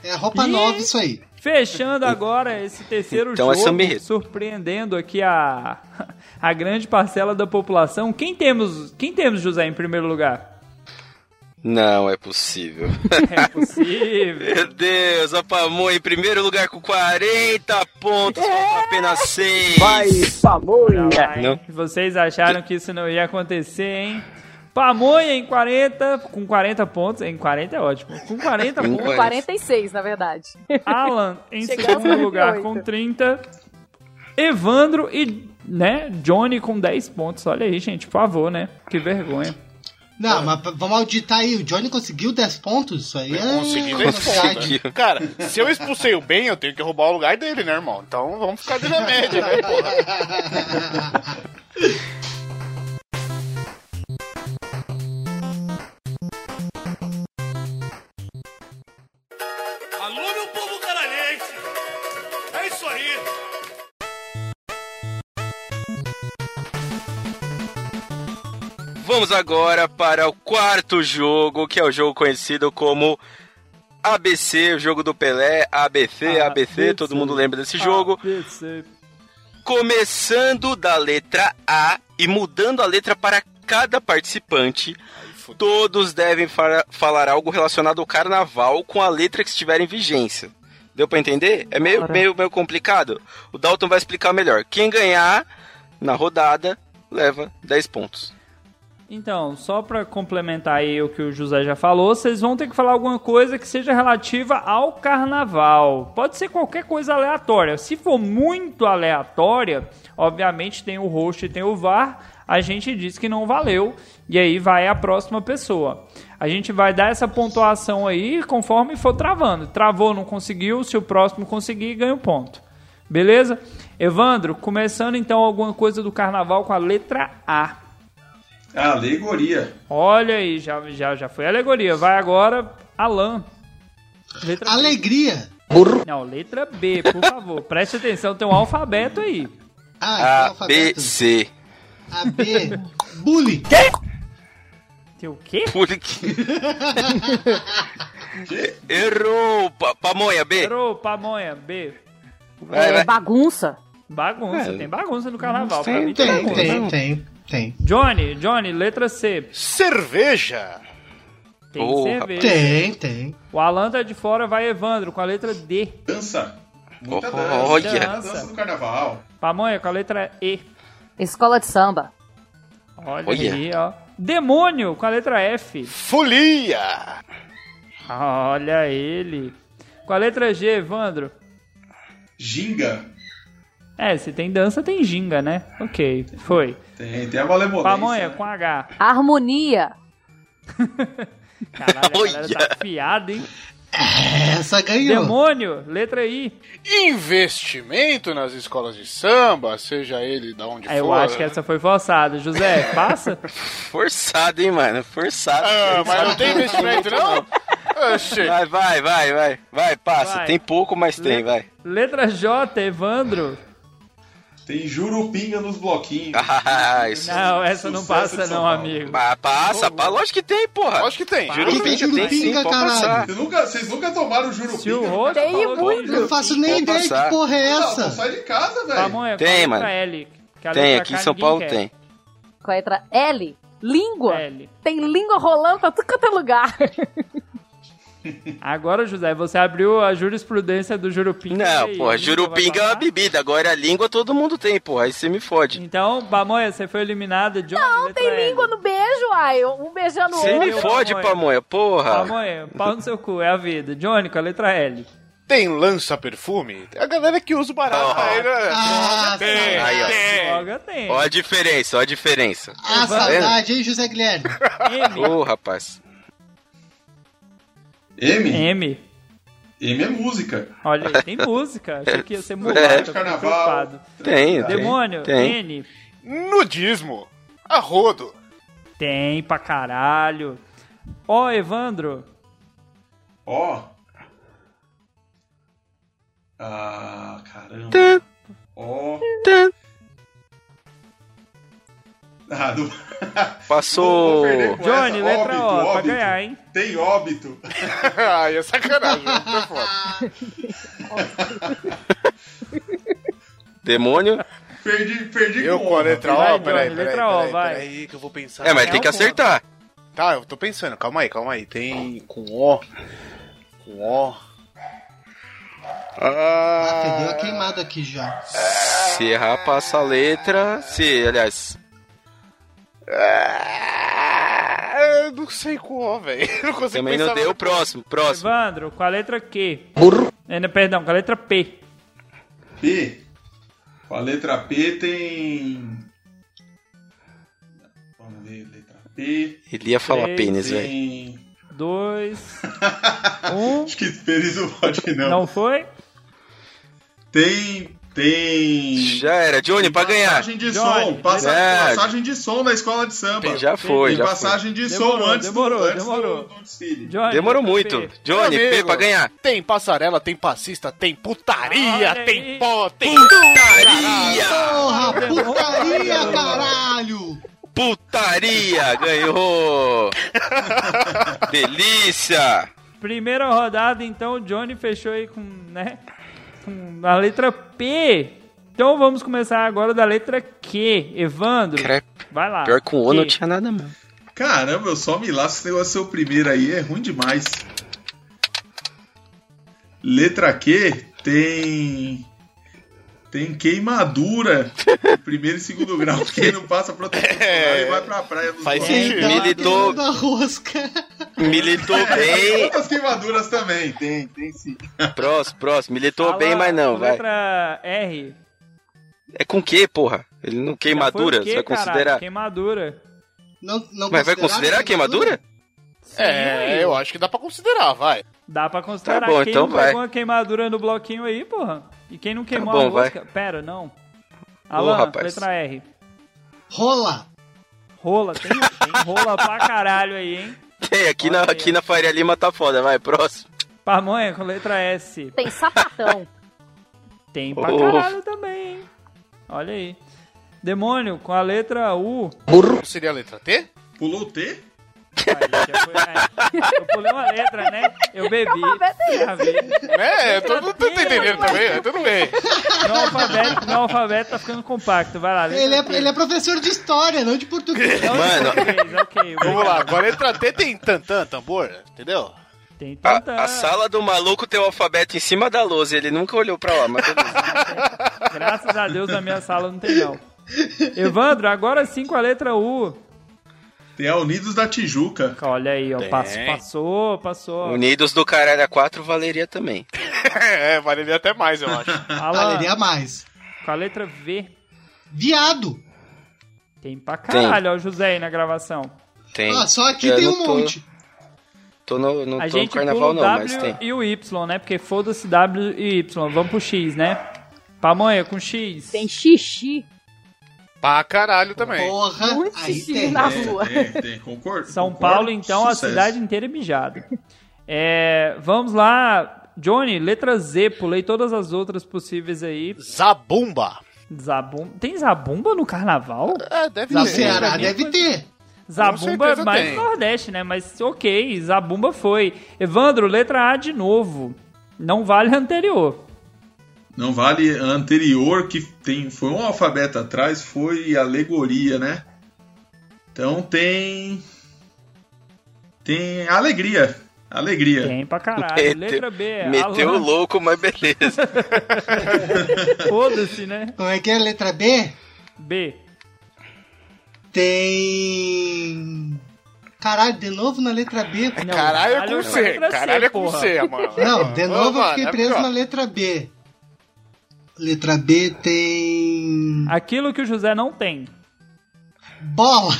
Speaker 5: É roupa
Speaker 7: Ih.
Speaker 5: nova isso aí.
Speaker 7: Fechando agora esse terceiro
Speaker 2: Então é
Speaker 7: jogo,
Speaker 2: samba-enredo.
Speaker 7: surpreendendo aqui a, a grande parcela da população. Quem temos, quem temos, José, em primeiro lugar?
Speaker 2: Não é possível.
Speaker 7: É possível.
Speaker 2: Meu Deus, a Pamonha em primeiro lugar com 40 pontos, faltam apenas 6. Não.
Speaker 7: Vocês acharam que isso não ia acontecer, hein? Pamonha em 40, com 40 pontos. Em 40 é ótimo. Com 40
Speaker 2: Com
Speaker 7: pontos.
Speaker 3: 46, na verdade.
Speaker 7: Alan em
Speaker 3: Chegar aos
Speaker 7: segundo lugar
Speaker 3: 48.
Speaker 7: com 30. Evandro e, né, Johnny com 10 pontos. Olha aí, gente, por favor, né? Que vergonha.
Speaker 5: Não, mas p- vamos auditar aí. O Johnny conseguiu 10 pontos? Isso aí é.
Speaker 1: Consegui 10 pontos.
Speaker 2: Conseguiu.
Speaker 1: né? Cara, se eu expulsei o Ben, eu tenho que roubar o lugar dele, né, irmão? Então vamos ficar de remédio, né, porra?
Speaker 9: Alô, meu povo canadense! É isso aí!
Speaker 2: Vamos agora para o quarto jogo, que é o jogo conhecido como ABC, o jogo do Pelé, ABC,
Speaker 7: Ah,
Speaker 2: ABC, todo
Speaker 7: ABC.
Speaker 2: mundo lembra desse jogo.
Speaker 7: ABC.
Speaker 2: Começando da letra A e mudando a letra para cada participante. Todos devem fa- falar algo relacionado ao carnaval com a letra que estiver em vigência. Deu pra entender? É meio,
Speaker 3: Bora.
Speaker 2: meio, meio complicado. O Dalton vai explicar melhor. Quem ganhar na rodada leva 10 pontos.
Speaker 7: Então, só pra complementar aí o que o José já falou, vocês vão ter que falar alguma coisa que seja relativa ao carnaval. Pode ser qualquer coisa aleatória. Se for muito aleatória, obviamente tem o host e tem o VAR, a gente diz que não valeu e aí vai a próxima pessoa. A gente vai dar essa pontuação aí conforme for travando. Travou, não conseguiu, se o próximo conseguir, ganha o ponto. Beleza? Evandro, começando então alguma coisa do carnaval com a letra A.
Speaker 6: É Alegoria.
Speaker 7: Olha aí, já, já, já foi alegoria. Vai agora, Alan.
Speaker 2: né?
Speaker 7: Letra
Speaker 5: Alegria.
Speaker 7: B. Não, letra B, por favor. Preste atenção, tem um alfabeto aí.
Speaker 5: Ah,
Speaker 2: A,
Speaker 5: então
Speaker 2: B,
Speaker 5: alfabeto.
Speaker 2: C.
Speaker 5: A, B. Bully.
Speaker 7: Tem o quê?
Speaker 2: Pule que- Errou! Pa- Pamonha, B.
Speaker 7: Errou, pamonha, B.
Speaker 2: Vai,
Speaker 3: É
Speaker 2: vai.
Speaker 3: bagunça.
Speaker 7: Bagunça, tem bagunça no carnaval. Pra
Speaker 2: tem-
Speaker 7: mim tem
Speaker 5: Tem,
Speaker 7: bagunça.
Speaker 5: tem, tem, tem.
Speaker 7: Johnny, Johnny, letra C.
Speaker 1: Cerveja!
Speaker 7: Tem
Speaker 2: Ô,
Speaker 7: cerveja.
Speaker 5: Tem, tem.
Speaker 7: O Alan tá de fora, vai Evandro com a letra D.
Speaker 6: Dança. Muita
Speaker 2: Oh,
Speaker 6: dança.
Speaker 2: olha.
Speaker 6: Muita dança do carnaval.
Speaker 7: Pamonha com a letra E.
Speaker 3: Escola de samba.
Speaker 7: Olha
Speaker 2: Olha.
Speaker 7: aí, ó. Demônio com a letra F.
Speaker 1: Folia!
Speaker 7: Olha ele. Com a letra G, Evandro.
Speaker 6: Ginga.
Speaker 7: É, se tem dança, tem ginga, né? Ok, foi.
Speaker 6: Tem, tem a malemolência.
Speaker 7: Pamonha
Speaker 2: é-
Speaker 6: né?
Speaker 7: com H.
Speaker 3: Harmonia.
Speaker 7: Caralho, a galera
Speaker 2: Olha.
Speaker 7: tá afiada, hein?
Speaker 5: Essa ganhou.
Speaker 7: Demônio, letra I.
Speaker 1: Investimento nas escolas de samba, seja ele da onde
Speaker 7: Ah,
Speaker 1: for.
Speaker 7: eu acho que essa foi forçada. José, passa?
Speaker 2: Forçado, hein, mano? Forçado.
Speaker 1: Ah, mas não tem investimento, não? Oxê.
Speaker 2: Vai, vai, vai, vai. Vai, passa.
Speaker 7: Vai.
Speaker 2: Tem pouco, mas tem, vai.
Speaker 7: Letra J, Evandro.
Speaker 6: Tem jurupinga nos bloquinhos.
Speaker 2: Ah, isso.
Speaker 7: Não, essa não
Speaker 6: Sucesso
Speaker 7: passa
Speaker 6: de São
Speaker 7: não,
Speaker 6: Paulo.
Speaker 7: amigo.
Speaker 2: Ah, passa, pá, lógico que tem, porra.
Speaker 1: Acho que tem.
Speaker 7: Vai.
Speaker 5: Que
Speaker 2: Jurupinga tem, sim,
Speaker 5: jurupinga,
Speaker 2: pode passar.
Speaker 5: caralho.
Speaker 6: Vocês nunca, vocês nunca tomaram jurupinga?
Speaker 7: Se o rosto
Speaker 3: Tem
Speaker 7: falou que
Speaker 3: muito.
Speaker 5: Eu não faço nem
Speaker 2: Pode
Speaker 5: ideia
Speaker 2: passar.
Speaker 5: que porra é
Speaker 6: Não, não
Speaker 5: essa.
Speaker 6: sai de casa, velho.
Speaker 7: Pamonha,
Speaker 2: Tem,
Speaker 7: com a
Speaker 2: mano.
Speaker 7: letra L. que a
Speaker 2: Tem,
Speaker 7: letra
Speaker 2: aqui
Speaker 7: K
Speaker 2: em São
Speaker 7: ninguém
Speaker 2: Paulo
Speaker 7: quer.
Speaker 2: tem.
Speaker 3: Com a letra L. Língua.
Speaker 7: L.
Speaker 3: Tem língua rolando pra tudo quanto é lugar.
Speaker 7: Agora, José, você abriu a jurisprudência do Jurupinga. e
Speaker 2: Não,
Speaker 7: aí,
Speaker 2: porra,
Speaker 7: nunca
Speaker 2: jurupinga é
Speaker 7: vai
Speaker 2: uma
Speaker 7: passar?
Speaker 2: bebida. Agora a língua todo mundo tem, porra. Aí você me fode.
Speaker 7: Então, Pamonha, você foi eliminada. Johnny,
Speaker 3: Não,
Speaker 7: letra
Speaker 3: tem
Speaker 7: L.
Speaker 3: língua no beijo, ai. Um beijando o
Speaker 2: Você me
Speaker 7: Ô,
Speaker 3: outro.
Speaker 2: fode,
Speaker 7: pamonha.
Speaker 2: pamonha, porra.
Speaker 7: Pamonha, pau no seu cu, é a vida. Johnny, com a letra L.
Speaker 1: Tem lança-perfume? É a galera que usa o barato
Speaker 2: Oh.
Speaker 1: aí, né?
Speaker 5: Ah,
Speaker 1: tem,
Speaker 5: saudade.
Speaker 2: Aí, ó.
Speaker 1: tem.
Speaker 7: Droga tem.
Speaker 2: Ó a diferença, ó a diferença.
Speaker 5: Ah, saudade, hein, José Guilherme?
Speaker 2: Ô,
Speaker 7: M.
Speaker 2: rapaz.
Speaker 6: M?
Speaker 7: M.
Speaker 6: M é música.
Speaker 7: Olha aí, tem música. Achei que ia ser mulato,
Speaker 2: É,
Speaker 7: fiquei
Speaker 6: carnaval.
Speaker 7: preocupado.
Speaker 2: Tem, tem.
Speaker 7: Demônio,
Speaker 2: Tem.
Speaker 7: N.
Speaker 1: Nudismo. Arrodo.
Speaker 7: Tem pra caralho. Ó, Evandro.
Speaker 6: Ó. Ah, caramba. Ó. Ah, não...
Speaker 2: Passou.
Speaker 6: Vou perder com
Speaker 7: Johnny,
Speaker 6: essa.
Speaker 7: letra O, pra
Speaker 6: óbito.
Speaker 7: ganhar, hein?
Speaker 6: Tem óbito.
Speaker 1: Ai, é sacanagem. Tá foda.
Speaker 2: Demônio.
Speaker 6: Perdi, perdi
Speaker 1: Eu
Speaker 6: com
Speaker 1: com a
Speaker 2: né?
Speaker 6: honra.
Speaker 1: letra
Speaker 7: Vai,
Speaker 1: O,
Speaker 7: Johnny,
Speaker 1: peraí, peraí,
Speaker 7: letra O,
Speaker 1: peraí,
Speaker 7: vai.
Speaker 1: peraí, que eu vou pensar.
Speaker 2: É, mas tem que acertar.
Speaker 1: Tá, eu tô pensando, calma aí, calma aí. Tem com O. Com O.
Speaker 5: Ah, perdeu a
Speaker 1: Ah,
Speaker 5: queimada aqui já.
Speaker 2: Se errar, passa a letra. Se, aliás,
Speaker 1: ah, eu não sei com O, velho. Eu Não consigo
Speaker 2: também
Speaker 1: pensar.
Speaker 2: não deu. O próximo, próximo.
Speaker 7: Evandro, com a letra Q. Eh, não, Perdão, com a letra P.
Speaker 6: P. Com a letra P tem. Vamos ver, letra P.
Speaker 2: Ele ia falar
Speaker 7: Três,
Speaker 2: pênis, velho.
Speaker 6: Tem.
Speaker 7: Dois. Um.
Speaker 6: Acho que feliz não pode, não.
Speaker 7: Não foi?
Speaker 6: Tem. Tem.
Speaker 2: Já era. Johnny, pra ganhar.
Speaker 6: Passagem de
Speaker 7: Johnny,
Speaker 6: som. passa-
Speaker 2: é.
Speaker 6: Passagem de som na escola de samba.
Speaker 2: Já foi,
Speaker 6: Tem
Speaker 2: já foi.
Speaker 6: passagem de
Speaker 7: Demorou,
Speaker 6: som antes
Speaker 7: demorou,
Speaker 6: do, antes
Speaker 7: demorou.
Speaker 6: do, do desfile.
Speaker 7: Johnny,
Speaker 2: Demorou
Speaker 7: letra
Speaker 2: muito.
Speaker 7: P.
Speaker 2: Johnny,
Speaker 1: Meu
Speaker 2: P
Speaker 1: amigo,
Speaker 2: pra ganhar.
Speaker 1: Tem passarela, tem passista, tem putaria,
Speaker 7: Olha
Speaker 1: tem
Speaker 7: aí.
Speaker 1: pó, tem.
Speaker 2: Putaria!
Speaker 5: Porra, putaria, caralho!
Speaker 2: Putaria! Ganhou! Delícia!
Speaker 7: Primeira rodada, então, o Johnny fechou aí com, né? Com a letra P. Então vamos começar agora da letra Q. Evandro,
Speaker 2: Crepe.
Speaker 7: vai lá.
Speaker 2: Pior que o O não
Speaker 7: Q.
Speaker 2: tinha nada mesmo.
Speaker 6: Caramba, eu só me lasco esse negócio seu primeiro aí, é ruim demais. Letra Q tem. Tem queimadura. Primeiro e segundo grau. Quem não passa proteção solar e vai pra praia dos
Speaker 2: É. Faz
Speaker 6: outros.
Speaker 2: sentido. militou.
Speaker 5: Então, da rosca.
Speaker 2: Militou
Speaker 6: Tem
Speaker 2: bem.
Speaker 6: outras queimaduras também. Tem, tem sim.
Speaker 2: Próximo, próximo. Militou
Speaker 7: Fala
Speaker 2: bem, mas não,
Speaker 7: com
Speaker 2: vai.
Speaker 7: Letra R.
Speaker 2: É com que, porra? Ele não queimadura,
Speaker 7: Já foi o quê,
Speaker 2: você vai
Speaker 7: caralho?
Speaker 2: considerar.
Speaker 7: Queimadura.
Speaker 5: Não, não
Speaker 2: Mas vai considerar queimadura?
Speaker 7: Sim,
Speaker 1: É,
Speaker 7: ué.
Speaker 1: eu acho que dá pra considerar, vai.
Speaker 7: Dá pra considerar
Speaker 2: Tá bom,
Speaker 7: quem
Speaker 2: então
Speaker 7: não
Speaker 2: vai. Tá
Speaker 7: pegou uma queimadura no bloquinho aí, porra. E quem não queimou
Speaker 2: bom,
Speaker 7: a rosca. Pera, não. Alan,
Speaker 2: rapaz.
Speaker 7: letra R.
Speaker 5: Rola.
Speaker 7: Rola, tem, tem rola pra caralho aí, hein?
Speaker 2: Tem, É, aqui na,
Speaker 7: Olha aí.
Speaker 2: aqui na Faria Lima tá foda, vai, próximo.
Speaker 7: Pamonha com letra S.
Speaker 3: Tem sapatão.
Speaker 7: Tem pra
Speaker 2: Oh.
Speaker 7: caralho também, hein? Olha aí. Demônio com a letra U.
Speaker 1: Não seria a letra T?
Speaker 6: Pulou o T?
Speaker 7: Aí, já foi- aí, eu pulei uma letra, né? Eu bebi.
Speaker 3: Que alfabeto é esse?
Speaker 7: Alfabeto.
Speaker 1: É, eu tô, não tô entendendo também, é, tudo bem.
Speaker 7: No alfabeto, no alfabeto tá ficando compacto. Vai lá. letra
Speaker 5: Ele
Speaker 7: T.
Speaker 5: é, ele é professor de história, não de português.
Speaker 7: Não,
Speaker 2: Mano.
Speaker 7: ok, ok,
Speaker 1: Vamos lá,
Speaker 7: obrigado.
Speaker 1: agora a letra T tem tantã, tambor, entendeu?
Speaker 7: Tem tanta...
Speaker 2: A, a sala do maluco tem o alfabeto em cima da lousa, ele nunca olhou pra lá, mas beleza.
Speaker 7: Graças a Deus na minha sala não tem não. Evandro, agora sim com a letra U.
Speaker 6: Tem a Unidos da Tijuca.
Speaker 7: Olha aí, ó. passo- Passou, passou.
Speaker 2: Unidos do Caralho a 4 valeria também.
Speaker 1: É, valeria até mais, eu acho.
Speaker 7: Alan,
Speaker 5: Valeria mais.
Speaker 7: com a letra V.
Speaker 5: Viado.
Speaker 7: Tem pra caralho, ó, o José aí na gravação.
Speaker 2: Tem.
Speaker 5: Ah, só aqui
Speaker 2: Eu
Speaker 5: tem
Speaker 2: não
Speaker 5: um
Speaker 2: tô-
Speaker 5: monte.
Speaker 2: Tô no, não tô
Speaker 7: A
Speaker 2: no
Speaker 7: gente pula
Speaker 2: carnaval
Speaker 7: o
Speaker 2: não, mas
Speaker 7: W
Speaker 2: tem.
Speaker 7: e o Y, né? Porque foda-se W e Y. Vamos pro X, né? Pamonha, com X.
Speaker 3: Tem xixi.
Speaker 1: Pra caralho também.
Speaker 5: Porra.
Speaker 3: Muito
Speaker 5: Aí
Speaker 3: xixi
Speaker 5: tem.
Speaker 3: na
Speaker 6: É,
Speaker 3: rua.
Speaker 6: tem, tem, concordo.
Speaker 7: São
Speaker 6: concordo.
Speaker 7: Paulo, então, a
Speaker 6: Sucesso.
Speaker 7: cidade inteira é mijada. É, vamos lá, Johnny, letra Z, pulei todas as outras possíveis aí.
Speaker 1: Zabumba.
Speaker 7: Zabum... Tem zabumba no carnaval?
Speaker 1: É, deve
Speaker 5: No
Speaker 1: ser.
Speaker 5: Ceará
Speaker 7: pra mim
Speaker 5: deve
Speaker 7: foi-
Speaker 5: ter.
Speaker 7: Zabumba é
Speaker 1: certeza
Speaker 7: mais
Speaker 1: tem.
Speaker 7: do Nordeste, né? Mas ok, Zabumba foi. Evandro, letra A de novo. Não vale a anterior.
Speaker 6: Não vale a anterior, que tem, foi um alfabeto atrás, foi alegoria, né? Então tem. Tem alegria. Alegria.
Speaker 7: Tem pra caralho.
Speaker 2: Meteu-
Speaker 7: letra B, é
Speaker 2: Meteu o
Speaker 7: Alan,
Speaker 2: louco, mas beleza.
Speaker 7: foda-se, né?
Speaker 5: Como é que é a letra B?
Speaker 7: B.
Speaker 5: Tem. Caralho, de novo na letra B?
Speaker 7: Não,
Speaker 1: Caralho é
Speaker 7: vale
Speaker 1: com
Speaker 7: a
Speaker 1: C,
Speaker 7: letra
Speaker 1: caralho é com
Speaker 7: porra.
Speaker 1: C, mano.
Speaker 5: Não, de
Speaker 1: Ô,
Speaker 5: novo eu
Speaker 1: mano,
Speaker 5: fiquei
Speaker 1: é
Speaker 5: preso
Speaker 1: pior.
Speaker 5: na letra B. Letra B tem.
Speaker 7: Aquilo que o José não tem.
Speaker 5: Bola.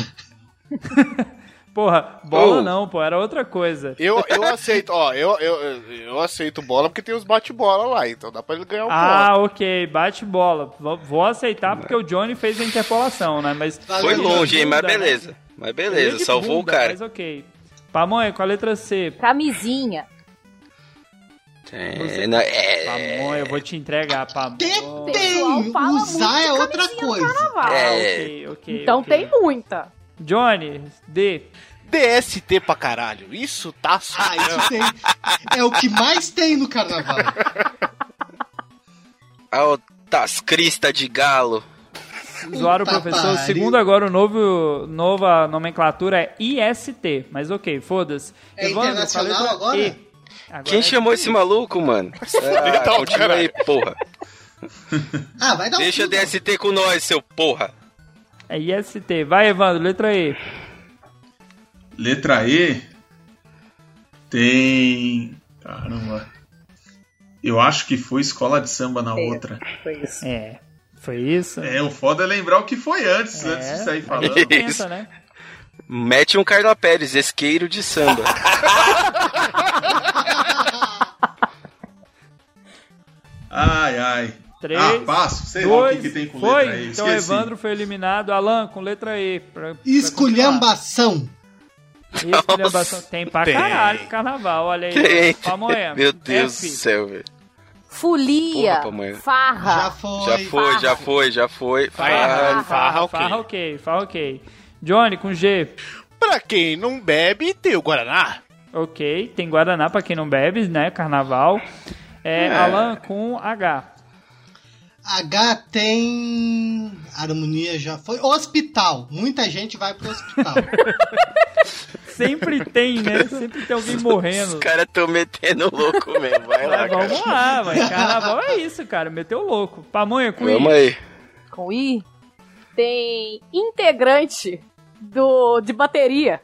Speaker 7: Porra, bola
Speaker 2: Oh.
Speaker 7: não, pô, era outra coisa.
Speaker 1: Eu, eu aceito, ó, eu, eu, eu- eu aceito bola porque tem os bate-bola lá, então dá pra ele
Speaker 2: é
Speaker 1: ganhar o bola.
Speaker 7: Ah, ok, bate bola. Vou- Vou aceitar porque o Johnny fez a interpolação, né? Mas
Speaker 2: Foi
Speaker 5: Valeu,
Speaker 2: longe, hein, mas
Speaker 7: bunda, né?
Speaker 2: beleza. Mas
Speaker 7: Eu
Speaker 2: beleza,
Speaker 7: de
Speaker 2: salvou
Speaker 7: bunda,
Speaker 2: o cara.
Speaker 7: Mas ok. Pamonha, com a letra C.
Speaker 3: Camisinha.
Speaker 2: É, na- é,
Speaker 7: Pamonha, eu vou te entregar,
Speaker 5: Depende.
Speaker 7: pamonha.
Speaker 3: pessoal fala muito
Speaker 5: Usar é
Speaker 3: de
Speaker 5: outra
Speaker 3: camisinha no
Speaker 5: coisa.
Speaker 3: carnaval.
Speaker 7: Ah,
Speaker 2: É.
Speaker 7: ok, ok.
Speaker 3: Então
Speaker 7: ok.
Speaker 3: tem muita.
Speaker 7: Johnny, D.
Speaker 1: DST pra caralho, isso tá
Speaker 5: Ah,
Speaker 1: surreal.
Speaker 5: isso tem. É o que mais tem no carnaval.
Speaker 2: Altas crista de galo.
Speaker 7: Zoaram o
Speaker 5: Puta
Speaker 7: professor.
Speaker 5: pariu.
Speaker 7: Segundo agora, o novo, nova nomenclatura é IST. Mas ok, foda-se.
Speaker 5: É
Speaker 7: Evandro, com a
Speaker 5: internacional
Speaker 7: letra
Speaker 5: agora?
Speaker 7: E. Agora
Speaker 2: Quem
Speaker 7: é Tá,
Speaker 2: chamou esse maluco, mano? Ah,
Speaker 1: Então,
Speaker 2: continua aí, porra.
Speaker 5: Ah, vai dar um
Speaker 2: Deixa a
Speaker 5: fim,
Speaker 2: DST com nós, seu porra.
Speaker 7: É IST. Vai, Evandro, letra E.
Speaker 6: Letra E tem. Caramba. Eu acho que foi escola de samba na outra.
Speaker 7: É. Foi isso?
Speaker 6: É, o foda é lembrar o que foi
Speaker 7: É.
Speaker 6: antes, antes de sair falando.
Speaker 7: Aí tenta,
Speaker 2: Isso.
Speaker 7: né?
Speaker 6: Ah,
Speaker 2: Mete um Carla Pérez, esqueiro de samba.
Speaker 6: Ai, ai.
Speaker 7: Três,
Speaker 6: ah, passo, sei lá o
Speaker 7: Dois,
Speaker 6: que, que tem com
Speaker 7: foi.
Speaker 6: letra E.
Speaker 7: então
Speaker 6: Esqueci.
Speaker 7: Evandro foi eliminado. Alan, com letra E. Pra, pra
Speaker 5: Esculhambação.
Speaker 7: continuar. Esculhambação. Tem pra
Speaker 1: Tem.
Speaker 7: caralho carnaval, olha aí. É,
Speaker 2: Tem.
Speaker 7: Pamonha.
Speaker 2: Meu Deus
Speaker 7: F.
Speaker 2: do céu, velho.
Speaker 3: Folia.
Speaker 2: Porra, pamonha.
Speaker 5: Já
Speaker 3: farra.
Speaker 5: foi.
Speaker 2: Já foi, já foi, já foi.
Speaker 1: Vai,
Speaker 2: Ah,
Speaker 1: Farra, ok.
Speaker 7: Farra ok, farra ok. Johnny com G.
Speaker 1: Pra quem não bebe, tem o Guaraná.
Speaker 7: Ok, tem Guaraná pra quem não bebe, né? Carnaval. É, Alan com H.
Speaker 5: H tem. Harmonia já foi. Hospital. Muita gente vai pro hospital.
Speaker 7: Sempre tem, né? Sempre tem alguém morrendo.
Speaker 2: Os caras tão metendo louco mesmo. Vai lá,
Speaker 7: Mas
Speaker 2: cara.
Speaker 7: vamos lá, vai. Carnaval é isso, cara. Meteu o louco. Pamonha com
Speaker 2: Vamos
Speaker 7: I.
Speaker 2: aí.
Speaker 3: Com I. Tem integrante do, de bateria.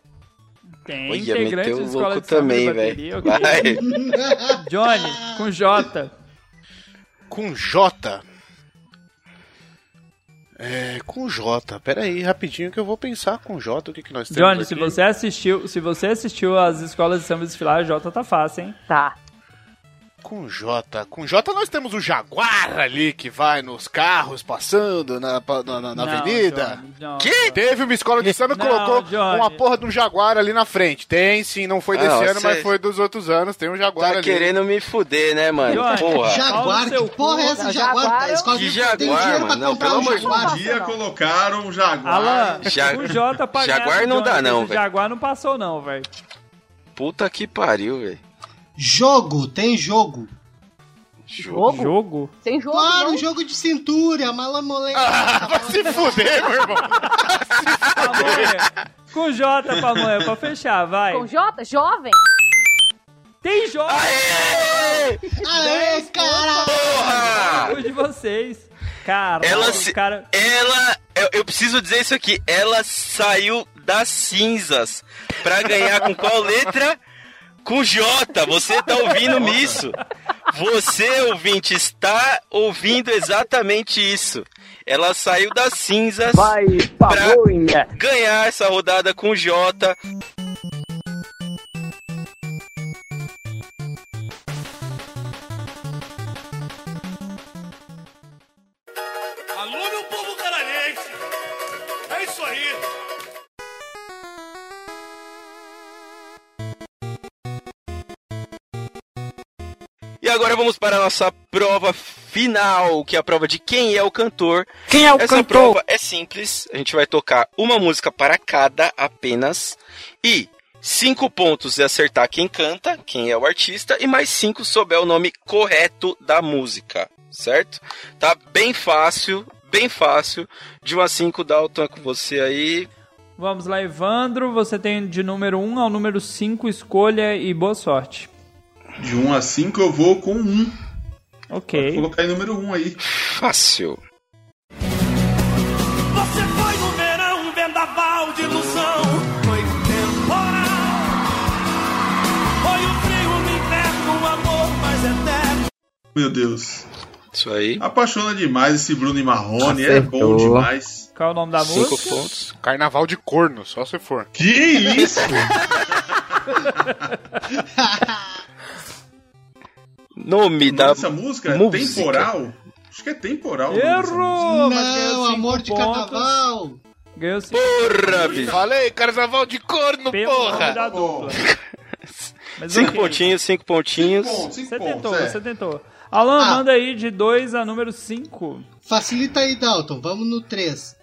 Speaker 7: Tem
Speaker 2: Olha,
Speaker 7: integrante
Speaker 2: meteu
Speaker 7: da
Speaker 2: o
Speaker 7: escola
Speaker 2: louco
Speaker 7: de samba e
Speaker 2: também,
Speaker 7: bateria,
Speaker 2: velho.
Speaker 7: ok.
Speaker 2: Vai.
Speaker 7: Johnny com J.
Speaker 1: Com J. É, com J. Pera aí, rapidinho que eu vou pensar com J o que, que nós
Speaker 2: é
Speaker 1: temos.
Speaker 2: um
Speaker 7: Johnny, se
Speaker 1: aqui.
Speaker 7: você assistiu, se você assistiu as escolas de samba desfilar, J tá fácil, hein?
Speaker 3: Tá.
Speaker 1: Com J. Com J nós temos o Jaguar ali que vai nos carros passando na, pa- na, na- na
Speaker 7: Não,
Speaker 1: avenida.
Speaker 7: Johnny, não.
Speaker 1: Que? Teve uma escola de samba que
Speaker 7: Não,
Speaker 1: colocou
Speaker 7: Johnny.
Speaker 1: uma porra de um Jaguar ali na frente. Tem sim, não foi
Speaker 2: Ah,
Speaker 1: desse
Speaker 2: não,
Speaker 1: ano, mas
Speaker 2: cê-
Speaker 1: foi dos outros anos. Tem um Jaguar
Speaker 2: Tá
Speaker 1: ali.
Speaker 2: querendo me fuder, né, mano?
Speaker 7: Johnny,
Speaker 2: Porra.
Speaker 7: Pau
Speaker 5: Jaguar,
Speaker 7: no seu
Speaker 5: que porra é
Speaker 3: cu.
Speaker 5: essa? Jaguar,
Speaker 3: Jaguar,
Speaker 5: escola
Speaker 2: que
Speaker 5: de-
Speaker 2: Jaguar,
Speaker 5: tem dinheiro pra
Speaker 2: mano? Não,
Speaker 5: comprar
Speaker 2: pelo
Speaker 5: um
Speaker 2: amor de
Speaker 5: Jaguar.
Speaker 6: Um dia
Speaker 3: não.
Speaker 6: colocaram um jaguar.
Speaker 7: Alan,
Speaker 2: Ja-
Speaker 7: o J tá pagado,
Speaker 2: Jaguar não
Speaker 7: Johnny,
Speaker 2: dá não,
Speaker 7: mas o
Speaker 2: velho.
Speaker 7: Jaguar não passou não, velho.
Speaker 2: Puta que pariu, velho.
Speaker 5: Jogo, tem jogo.
Speaker 3: Jogo?
Speaker 7: Jogo?
Speaker 3: Sem jogo,
Speaker 5: Claro,
Speaker 3: não.
Speaker 5: jogo de cintura, malamolenta.
Speaker 1: Vai se fuder, meu irmão.
Speaker 7: Pamonha. com J, Pamonha, pra fechar, vai.
Speaker 3: Com J? Jovem?
Speaker 7: Tem jogo
Speaker 5: Aê, caralho!
Speaker 2: Porra!
Speaker 7: de vocês. Cara,
Speaker 2: Ela
Speaker 7: o
Speaker 2: se-
Speaker 7: cara...
Speaker 2: Ela. Eu, eu preciso dizer isso aqui. Ela saiu das cinzas pra ganhar com qual letra? Com J. Você tá ouvindo isso? Você, ouvinte, está ouvindo exatamente isso. Ela saiu das cinzas pra ganhar essa rodada com J.
Speaker 9: Alô, meu povo canadense! É isso aí!
Speaker 2: E agora vamos para a nossa prova final, que é a prova de quem é o cantor.
Speaker 7: Quem é o
Speaker 2: Essa prova é simples, a gente vai tocar uma música para cada apenas e cinco pontos é acertar quem canta, quem é o artista e mais cinco souber o nome correto da música, certo? Tá bem fácil, bem fácil. De 1 a 5, Dalton é com você aí.
Speaker 7: Vamos lá, Evandro. Você tem de número 1 ao número 5, escolha e boa sorte.
Speaker 6: De 1 a 5 eu vou com 1. Vou
Speaker 7: Ok.
Speaker 6: colocar em número 1 aí.
Speaker 2: Fácil.
Speaker 9: Você foi no verão um vendaval de ilusão. Foi temporal. Foi o frio no inverno, um amor mais eterno.
Speaker 6: Meu Deus.
Speaker 2: Isso aí.
Speaker 6: Apaixona demais esse Bruno e Marrone. É bom demais.
Speaker 7: Qual é o nome da
Speaker 2: Cinco
Speaker 7: música?
Speaker 2: pontos.
Speaker 1: Carnaval de corno, só se for.
Speaker 6: Que isso?
Speaker 2: Nome da
Speaker 6: Essa música é
Speaker 2: música.
Speaker 6: temporal? Acho que é temporal. o nome dessa música.
Speaker 7: Errou! mas ganhou
Speaker 5: Não,
Speaker 7: cinco
Speaker 5: amor de
Speaker 7: pontos.
Speaker 5: carnaval.
Speaker 7: Ganhou 5
Speaker 2: porra, bicho.
Speaker 1: Falei, carnaval de corno,
Speaker 7: pelo nome
Speaker 1: porra.
Speaker 7: da dupla. Mas
Speaker 2: Cinco
Speaker 7: ok,
Speaker 2: pontinhos, cinco pontinhos.
Speaker 6: Ponto, cinco
Speaker 7: Você
Speaker 6: pontos,
Speaker 7: tentou,
Speaker 6: é.
Speaker 7: você tentou. Alan,
Speaker 5: Ah.
Speaker 7: manda aí de 2 a número 5.
Speaker 5: Facilita aí, Dalton. Vamos no 3.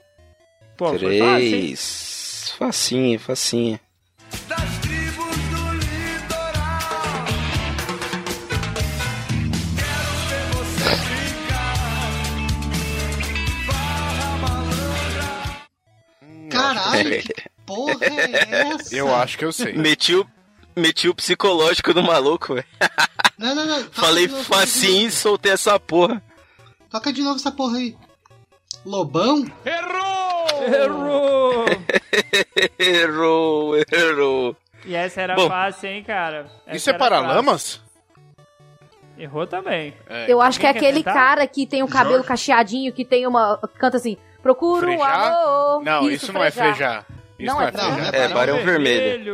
Speaker 7: Pô, foi fácil, hein?
Speaker 2: Três. Facinha, facinha.
Speaker 9: Das tribos do litoral.
Speaker 5: Caralho, que porra é essa?
Speaker 1: Eu acho que eu sei.
Speaker 2: Meti o, meti o psicológico do maluco, velho.
Speaker 5: Não, não, não. Toca
Speaker 2: Falei
Speaker 5: de novo, toca de
Speaker 2: facinho e soltei essa porra.
Speaker 5: novo. Toca de novo essa porra aí. Lobão?
Speaker 7: Errou!
Speaker 2: Errou, errou.
Speaker 7: E essa era
Speaker 2: Bom.
Speaker 7: fácil, hein, cara? Essa
Speaker 1: Isso é
Speaker 7: era
Speaker 1: para
Speaker 7: fácil.
Speaker 1: lamas?
Speaker 7: Errou também.
Speaker 3: Eu acho que é
Speaker 7: Alguém quer
Speaker 3: aquele
Speaker 7: tentar?
Speaker 3: cara que tem o cabelo
Speaker 6: Jorge.
Speaker 3: cacheadinho, que tem uma. canta assim, procura o
Speaker 1: Frejar?
Speaker 3: amor.
Speaker 1: Não, isso, não é frejar. Isso não,
Speaker 3: Não
Speaker 1: é
Speaker 3: é
Speaker 1: frejar.
Speaker 5: Não,
Speaker 2: É,
Speaker 5: Barão
Speaker 2: Barão Vermelho.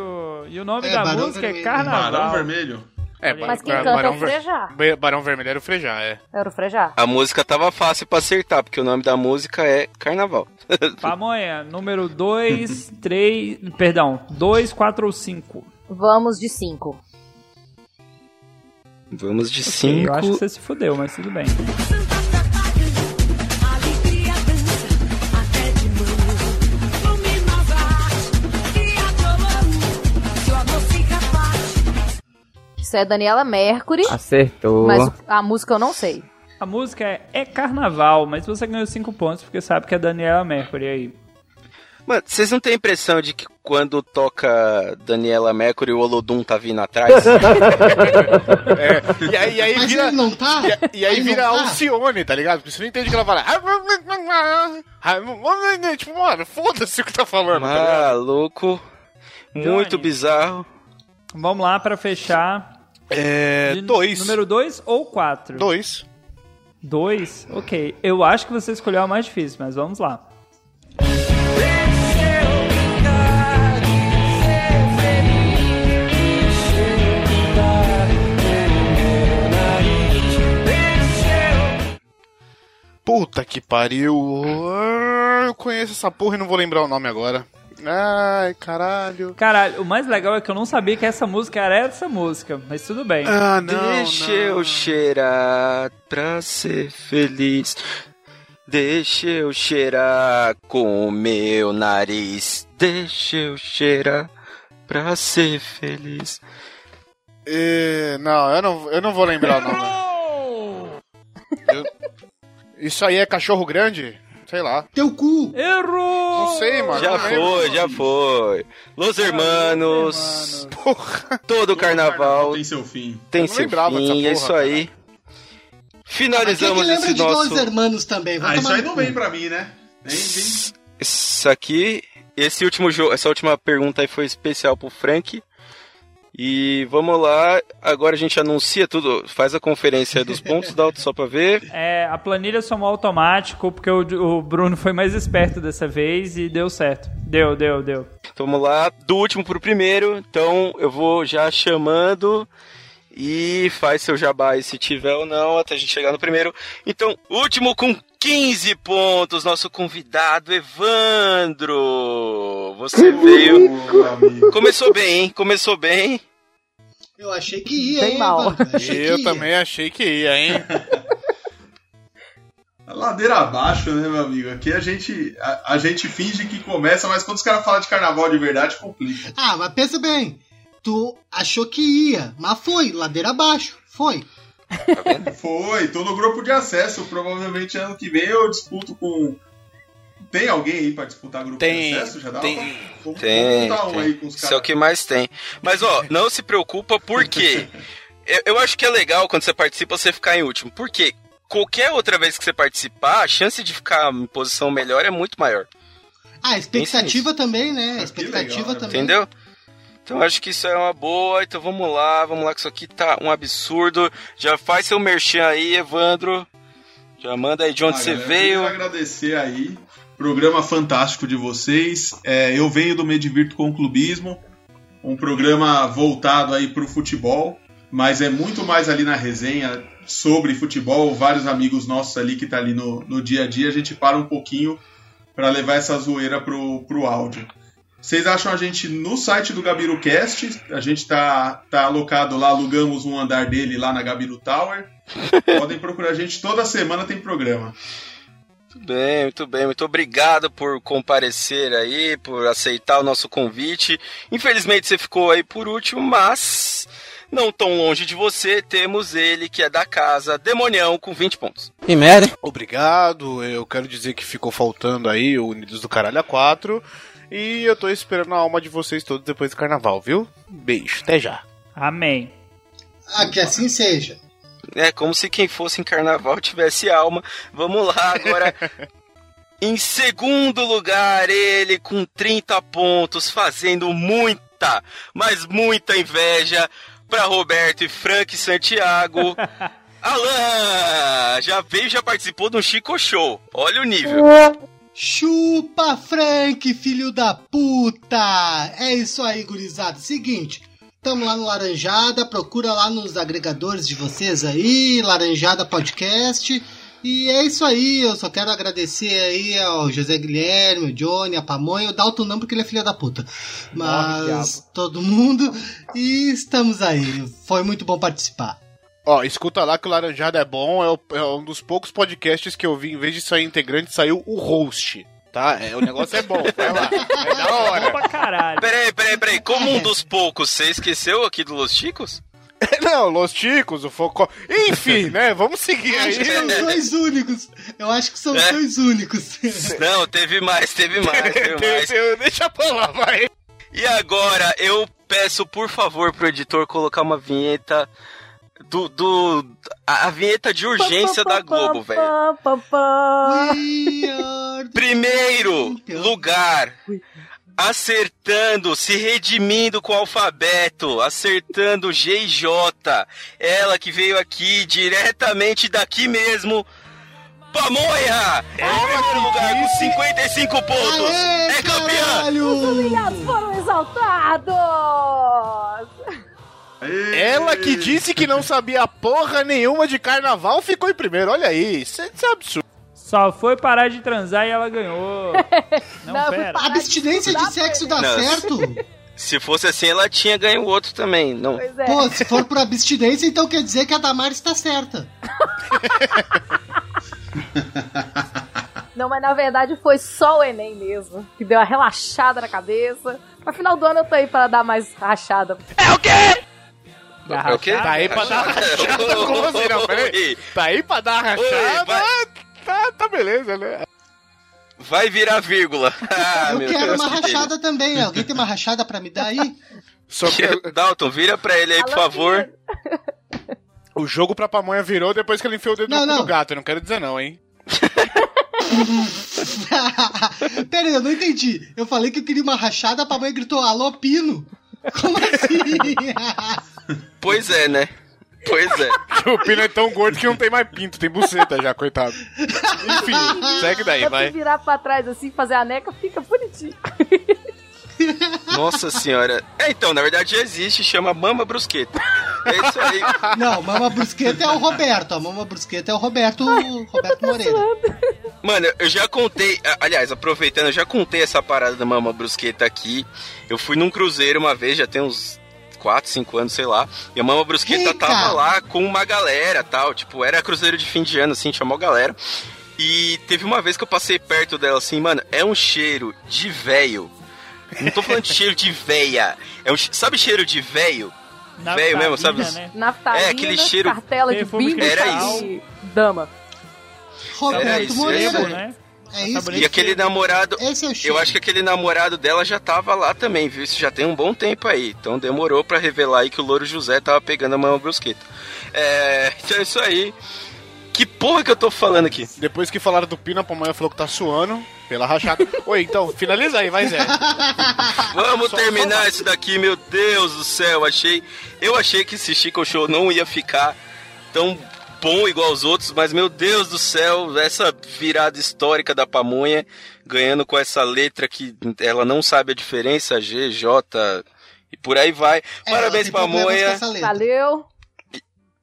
Speaker 7: um Vermelho. E o nome
Speaker 5: É,
Speaker 7: da
Speaker 5: Barão
Speaker 7: música é
Speaker 5: Vermelho.
Speaker 7: Carnaval.
Speaker 6: Barão Vermelho.
Speaker 1: É,
Speaker 7: Mas
Speaker 3: Mas quem
Speaker 1: Bar-
Speaker 3: canta é
Speaker 1: Barão
Speaker 3: o
Speaker 1: Ver-
Speaker 3: frejar.
Speaker 1: Ba- Barão Vermelho era o frejar, é.
Speaker 3: Era o frejar.
Speaker 2: A música tava fácil pra acertar, porque o nome da música é Carnaval.
Speaker 7: Pamonha, número 2, 3. Perdão, 2, 4 ou 5.
Speaker 3: Vamos de cinco.
Speaker 2: Vamos de
Speaker 7: Eu acho que
Speaker 2: 5.
Speaker 7: você se fudeu, mas tudo bem.
Speaker 8: Alegria dança até de manhã. Luminosa
Speaker 3: Isso, é Daniela Mercury,
Speaker 7: Ah,
Speaker 10: Acertou.
Speaker 3: mas a música eu não sei.
Speaker 7: A música é, é Carnaval, mas você ganhou 5 pontos porque sabe que é Daniela Mercury aí.
Speaker 2: Mano, vocês não têm a impressão de que quando toca Daniela Mercury, o Olodum tá vindo atrás?
Speaker 1: É, e aí, e aí
Speaker 5: Mas
Speaker 1: vira.
Speaker 5: ele não tá?
Speaker 1: E, e aí
Speaker 5: Ele
Speaker 1: vira
Speaker 5: não tá?
Speaker 1: Alcione, tá ligado? Porque você não entende o que ela fala. Tipo, mano, foda-se o que tá falando, tá ligado?
Speaker 2: Maluco. Muito
Speaker 7: Johnny.
Speaker 2: bizarro.
Speaker 7: Vamos lá pra fechar.
Speaker 1: É.
Speaker 7: De
Speaker 1: Dois.
Speaker 7: Número 2 ou 4?
Speaker 1: Dois.
Speaker 7: 2? Ok. Eu acho que você escolheu a mais difícil, mas vamos lá.
Speaker 1: Puta que pariu. Ah, Eu conheço essa porra e não vou lembrar o nome agora. Ai, caralho.
Speaker 7: Caralho, o mais legal é que eu não sabia que essa música era essa música, mas tudo bem.
Speaker 1: Ah, não.
Speaker 2: Deixa
Speaker 1: não.
Speaker 2: eu cheirar pra ser feliz. Deixa eu cheirar com o meu nariz. Deixa eu cheirar pra ser feliz.
Speaker 1: É, não, eu não, eu não vou lembrar o nome. Eu- Isso aí é cachorro grande? Sei lá.
Speaker 5: Teu cu!
Speaker 7: Errou!
Speaker 1: Não sei, mano.
Speaker 2: Já
Speaker 1: não lembro.
Speaker 2: foi, já foi. Los Hermanos, todo carnaval
Speaker 6: Tem seu fim.
Speaker 2: tem
Speaker 1: Eu não
Speaker 2: seu
Speaker 1: lembrava dessa
Speaker 2: fim, é
Speaker 1: porra,
Speaker 2: isso aí.
Speaker 5: Mas quem que
Speaker 2: Finalizamos
Speaker 5: lembra
Speaker 2: esse
Speaker 5: de dois
Speaker 2: nosso...
Speaker 5: hermanos também? Vai
Speaker 6: Ah, isso
Speaker 5: tomar
Speaker 6: aí
Speaker 5: no
Speaker 6: não
Speaker 5: cu.
Speaker 6: vem pra mim, né? Nem vem.
Speaker 2: Isso aqui, esse último jogo, essa última pergunta aí foi especial pro Frank. E vamos lá, agora a gente anuncia tudo, faz a conferência dos pontos da só pra ver.
Speaker 7: É, a planilha somou automático, porque o, o Bruno foi mais esperto dessa vez e deu certo. Deu, deu, deu.
Speaker 2: Então vamos lá, do último pro primeiro. Então eu vou já chamando e faz seu jabá aí se tiver ou não, até a gente chegar no primeiro. Então, último com 15 pontos, nosso convidado Evandro. Você veio.
Speaker 6: Ô, amigo.
Speaker 2: Começou bem, hein? Começou bem.
Speaker 5: Eu achei que ia,
Speaker 3: Bem
Speaker 5: hein,
Speaker 3: mal.
Speaker 5: Evandro? Achei que
Speaker 1: Eu
Speaker 5: ia.
Speaker 1: também achei que ia, hein?
Speaker 6: A É Ladeira abaixo, né, meu amigo? Aqui a gente, a, a gente finge que começa, mas quando os caras falam de carnaval de verdade, complica.
Speaker 5: Ah, mas pensa bem. Tu achou que ia, mas foi, ladeira abaixo. Foi.
Speaker 6: Foi, tô no grupo de acesso. Provavelmente ano que vem eu disputo com. Tem alguém aí pra disputar grupo
Speaker 1: Tem,
Speaker 6: de acesso? Já dá
Speaker 1: tem.
Speaker 6: uma- Vamos,
Speaker 2: Tem,
Speaker 6: vamos montar um
Speaker 2: tem.
Speaker 6: aí com os
Speaker 2: Isso é o
Speaker 6: caras.
Speaker 2: que mais tem. Mas ó, não se preocupa porque eu, eu acho que é legal quando você participa você ficar em último. Porque qualquer outra vez que você participar, a chance de ficar em posição melhor é muito maior,
Speaker 5: Ah, expectativa também, né?
Speaker 6: Ah, que legal,
Speaker 5: expectativa
Speaker 6: né,
Speaker 5: também.
Speaker 2: entendeu? Então eu acho que isso é uma boa. Então vamos lá, vamos lá que isso aqui tá um absurdo. Já faz seu merchan aí, Evandro. Já manda aí de onde
Speaker 6: Ah,
Speaker 2: você
Speaker 6: galera, Eu
Speaker 2: veio.
Speaker 6: queria agradecer aí. Programa fantástico de vocês. É, eu venho do Me Divirto com o Clubismo, um programa voltado aí para o futebol, mas é muito mais ali na resenha sobre futebol. Vários amigos nossos ali que tá ali no, no dia a dia, a gente para um pouquinho para levar essa zoeira pro, pro áudio. Vocês acham a gente no site do GabiruCast? A gente tá, tá alocado lá, alugamos um andar dele lá na Gabiru Tower. Podem procurar a gente, toda semana tem programa.
Speaker 2: Muito bem, muito bem. Muito obrigado por comparecer aí, por aceitar o nosso convite. Infelizmente você ficou aí por último, mas não tão longe de você, temos ele que é da casa, Demonião, com 20 pontos.
Speaker 10: Que merda, hein?
Speaker 1: Obrigado, eu quero dizer que ficou faltando aí o Unidos do Caralho a 4. E eu tô esperando a alma de vocês todos depois do carnaval, viu? Beijo, até já.
Speaker 7: Amém.
Speaker 5: Ah, que assim seja.
Speaker 2: É como se quem fosse em carnaval tivesse alma. Vamos lá agora. em segundo lugar, ele com 30 pontos, fazendo muita, mas muita inveja para Roberto e Frank Santiago. Alan! Já veio, já participou do Chico Show. Olha o nível.
Speaker 5: Chupa, Frank, filho da puta! É isso aí, gurizada. Seguinte, tamo lá no Laranjada, procura lá nos agregadores de vocês aí, Laranjada Podcast. E é isso aí, eu só quero agradecer aí ao José Guilherme, o Johnny, a Pamonha, o Dalton não porque ele é filho da puta. Mas todo mundo, e estamos aí. Foi muito bom participar.
Speaker 1: Ó, escuta lá que o Laranjada é bom, é, o- é um dos poucos podcasts que eu vi, em vez de sair integrante, saiu o host, tá? É, o negócio é bom, vai lá. É da hora.
Speaker 7: Pra caralho.
Speaker 2: Peraí, peraí, peraí. Como um dos poucos, você esqueceu aqui do Los Chicos?
Speaker 1: Não, Los Chicos, o Focó. Enfim, né? Vamos seguir aí.
Speaker 5: Acho que são os dois únicos. Eu acho que são os
Speaker 2: É.
Speaker 5: dois únicos.
Speaker 2: Não, teve mais, teve mais, teve
Speaker 1: Tem-
Speaker 2: mais.
Speaker 1: tem- Deixa pra lá, vai.
Speaker 2: E agora eu peço, por favor, pro editor colocar uma vinheta do. do a, a vinheta de urgência da Globo, velho.
Speaker 3: velho.
Speaker 5: We are the
Speaker 2: Primeiro
Speaker 5: champions.
Speaker 2: lugar. Acertando, se redimindo com o alfabeto, acertando G e J. Ela que veio aqui diretamente daqui mesmo. Pamonha! Em primeiro lugar com 55 pontos.
Speaker 5: É, Aê,
Speaker 2: é campeã!
Speaker 5: caralho!
Speaker 3: Humilhados foram exaltados!
Speaker 1: Ela que disse que não sabia porra nenhuma de carnaval ficou em primeiro. Olha aí, isso é isso é absurdo.
Speaker 7: Só foi parar de transar e ela ganhou. Não,
Speaker 3: Não,
Speaker 7: pera.
Speaker 5: A abstinência de sexo dá
Speaker 2: Não.
Speaker 5: certo?
Speaker 2: Se fosse assim, ela tinha ganho o outro também. Não.
Speaker 3: Pois é.
Speaker 5: Pô, se for por abstinência, então quer dizer que a Damares tá certa.
Speaker 3: Não, mas na verdade foi só o Enem mesmo, que deu uma relaxada na cabeça. Pra final do ano eu tô aí pra dar mais rachada.
Speaker 2: É o quê?
Speaker 1: Tá aí pra dar uma rachada. Como assim, não? Peraí. Tá aí pra dar uma
Speaker 2: Oi,
Speaker 1: rachada.
Speaker 2: vai.
Speaker 1: Tá, tá beleza, né?
Speaker 2: Vai virar vírgula. Ah,
Speaker 5: Eu
Speaker 2: meu
Speaker 5: quero
Speaker 2: Deus
Speaker 5: uma
Speaker 2: do céu.
Speaker 5: rachada também. Alguém tem uma rachada pra me dar aí?
Speaker 1: Só que
Speaker 2: Dalton, vira pra ele aí, por
Speaker 3: Alô,
Speaker 2: favor.
Speaker 1: o jogo pra pamonha virou depois que ele enfiou o dedo
Speaker 5: Não,
Speaker 1: no cu
Speaker 5: não.
Speaker 1: do gato. Eu não quero dizer não, hein?
Speaker 5: Pera aí, eu não entendi. Eu falei que eu queria uma rachada, a mãe gritou, alô, Pino? Como assim?
Speaker 2: Pois é, né? Pois é.
Speaker 1: O Pino é tão gordo que não tem mais pinto, tem buceta já, coitado. Enfim, segue daí,
Speaker 3: Dá pra
Speaker 1: vai.
Speaker 3: virar pra trás assim, fazer a neca, fica bonitinho.
Speaker 2: Nossa senhora. É, então, na verdade já existe, chama Mama Brusqueta. É isso aí.
Speaker 5: não, Mama Brusqueta é o Roberto. A Mama Brusqueta é o Roberto, Roberto Moreira.
Speaker 2: Mano, eu já contei. a- Aliás, aproveitando, eu já contei essa parada da Mama Brusqueta aqui. Eu fui num cruzeiro uma vez, já tem uns 4, 5 anos, sei lá. E a Mama Brusqueta
Speaker 5: Ih,
Speaker 2: tava
Speaker 5: cara.
Speaker 2: lá com uma galera tal. Tipo, era cruzeiro de fim de ano, assim, chamou a galera. E teve uma vez que eu passei perto dela assim, mano, é um cheiro de véio. Não tô falando de cheiro de véia. É um, che- sabe cheiro de véio?
Speaker 7: Na
Speaker 2: Velho mesmo,
Speaker 7: Sabina,
Speaker 2: sabe?
Speaker 7: né?
Speaker 3: Naftalina,
Speaker 2: É, aquele cheiro-
Speaker 3: cartela de
Speaker 7: Perfume
Speaker 3: bingo
Speaker 2: cristal.
Speaker 3: e dama.
Speaker 2: Era
Speaker 5: Roberto
Speaker 2: isso,
Speaker 5: Moreira.
Speaker 7: Lembro, né?
Speaker 5: É isso.
Speaker 2: E aquele namorado.
Speaker 5: Esse é o
Speaker 2: Eu acho que aquele namorado dela já tava lá também, viu? Isso já tem um bom tempo aí. Então demorou pra revelar aí que o Louro José tava pegando a mão brusqueta. É, então é isso aí. Que porra que eu tô falando aqui?
Speaker 1: Depois que falaram do Pino, a pamonha falou que tá suando pela rachada. Oi, então, finaliza aí, vai, Zé.
Speaker 2: Vamos
Speaker 1: Só-
Speaker 2: terminar
Speaker 1: só-
Speaker 2: isso daqui, meu Deus do céu. Achei, eu achei que esse Chico Show não ia ficar tão bom igual os outros, mas meu Deus do céu, essa virada histórica da pamonha, ganhando com essa letra que ela não sabe a diferença, G, J e por aí vai.
Speaker 5: É,
Speaker 2: Parabéns,
Speaker 5: ela tem problemas
Speaker 2: pamonha.
Speaker 5: com essa
Speaker 3: É.
Speaker 5: letra.
Speaker 3: Valeu.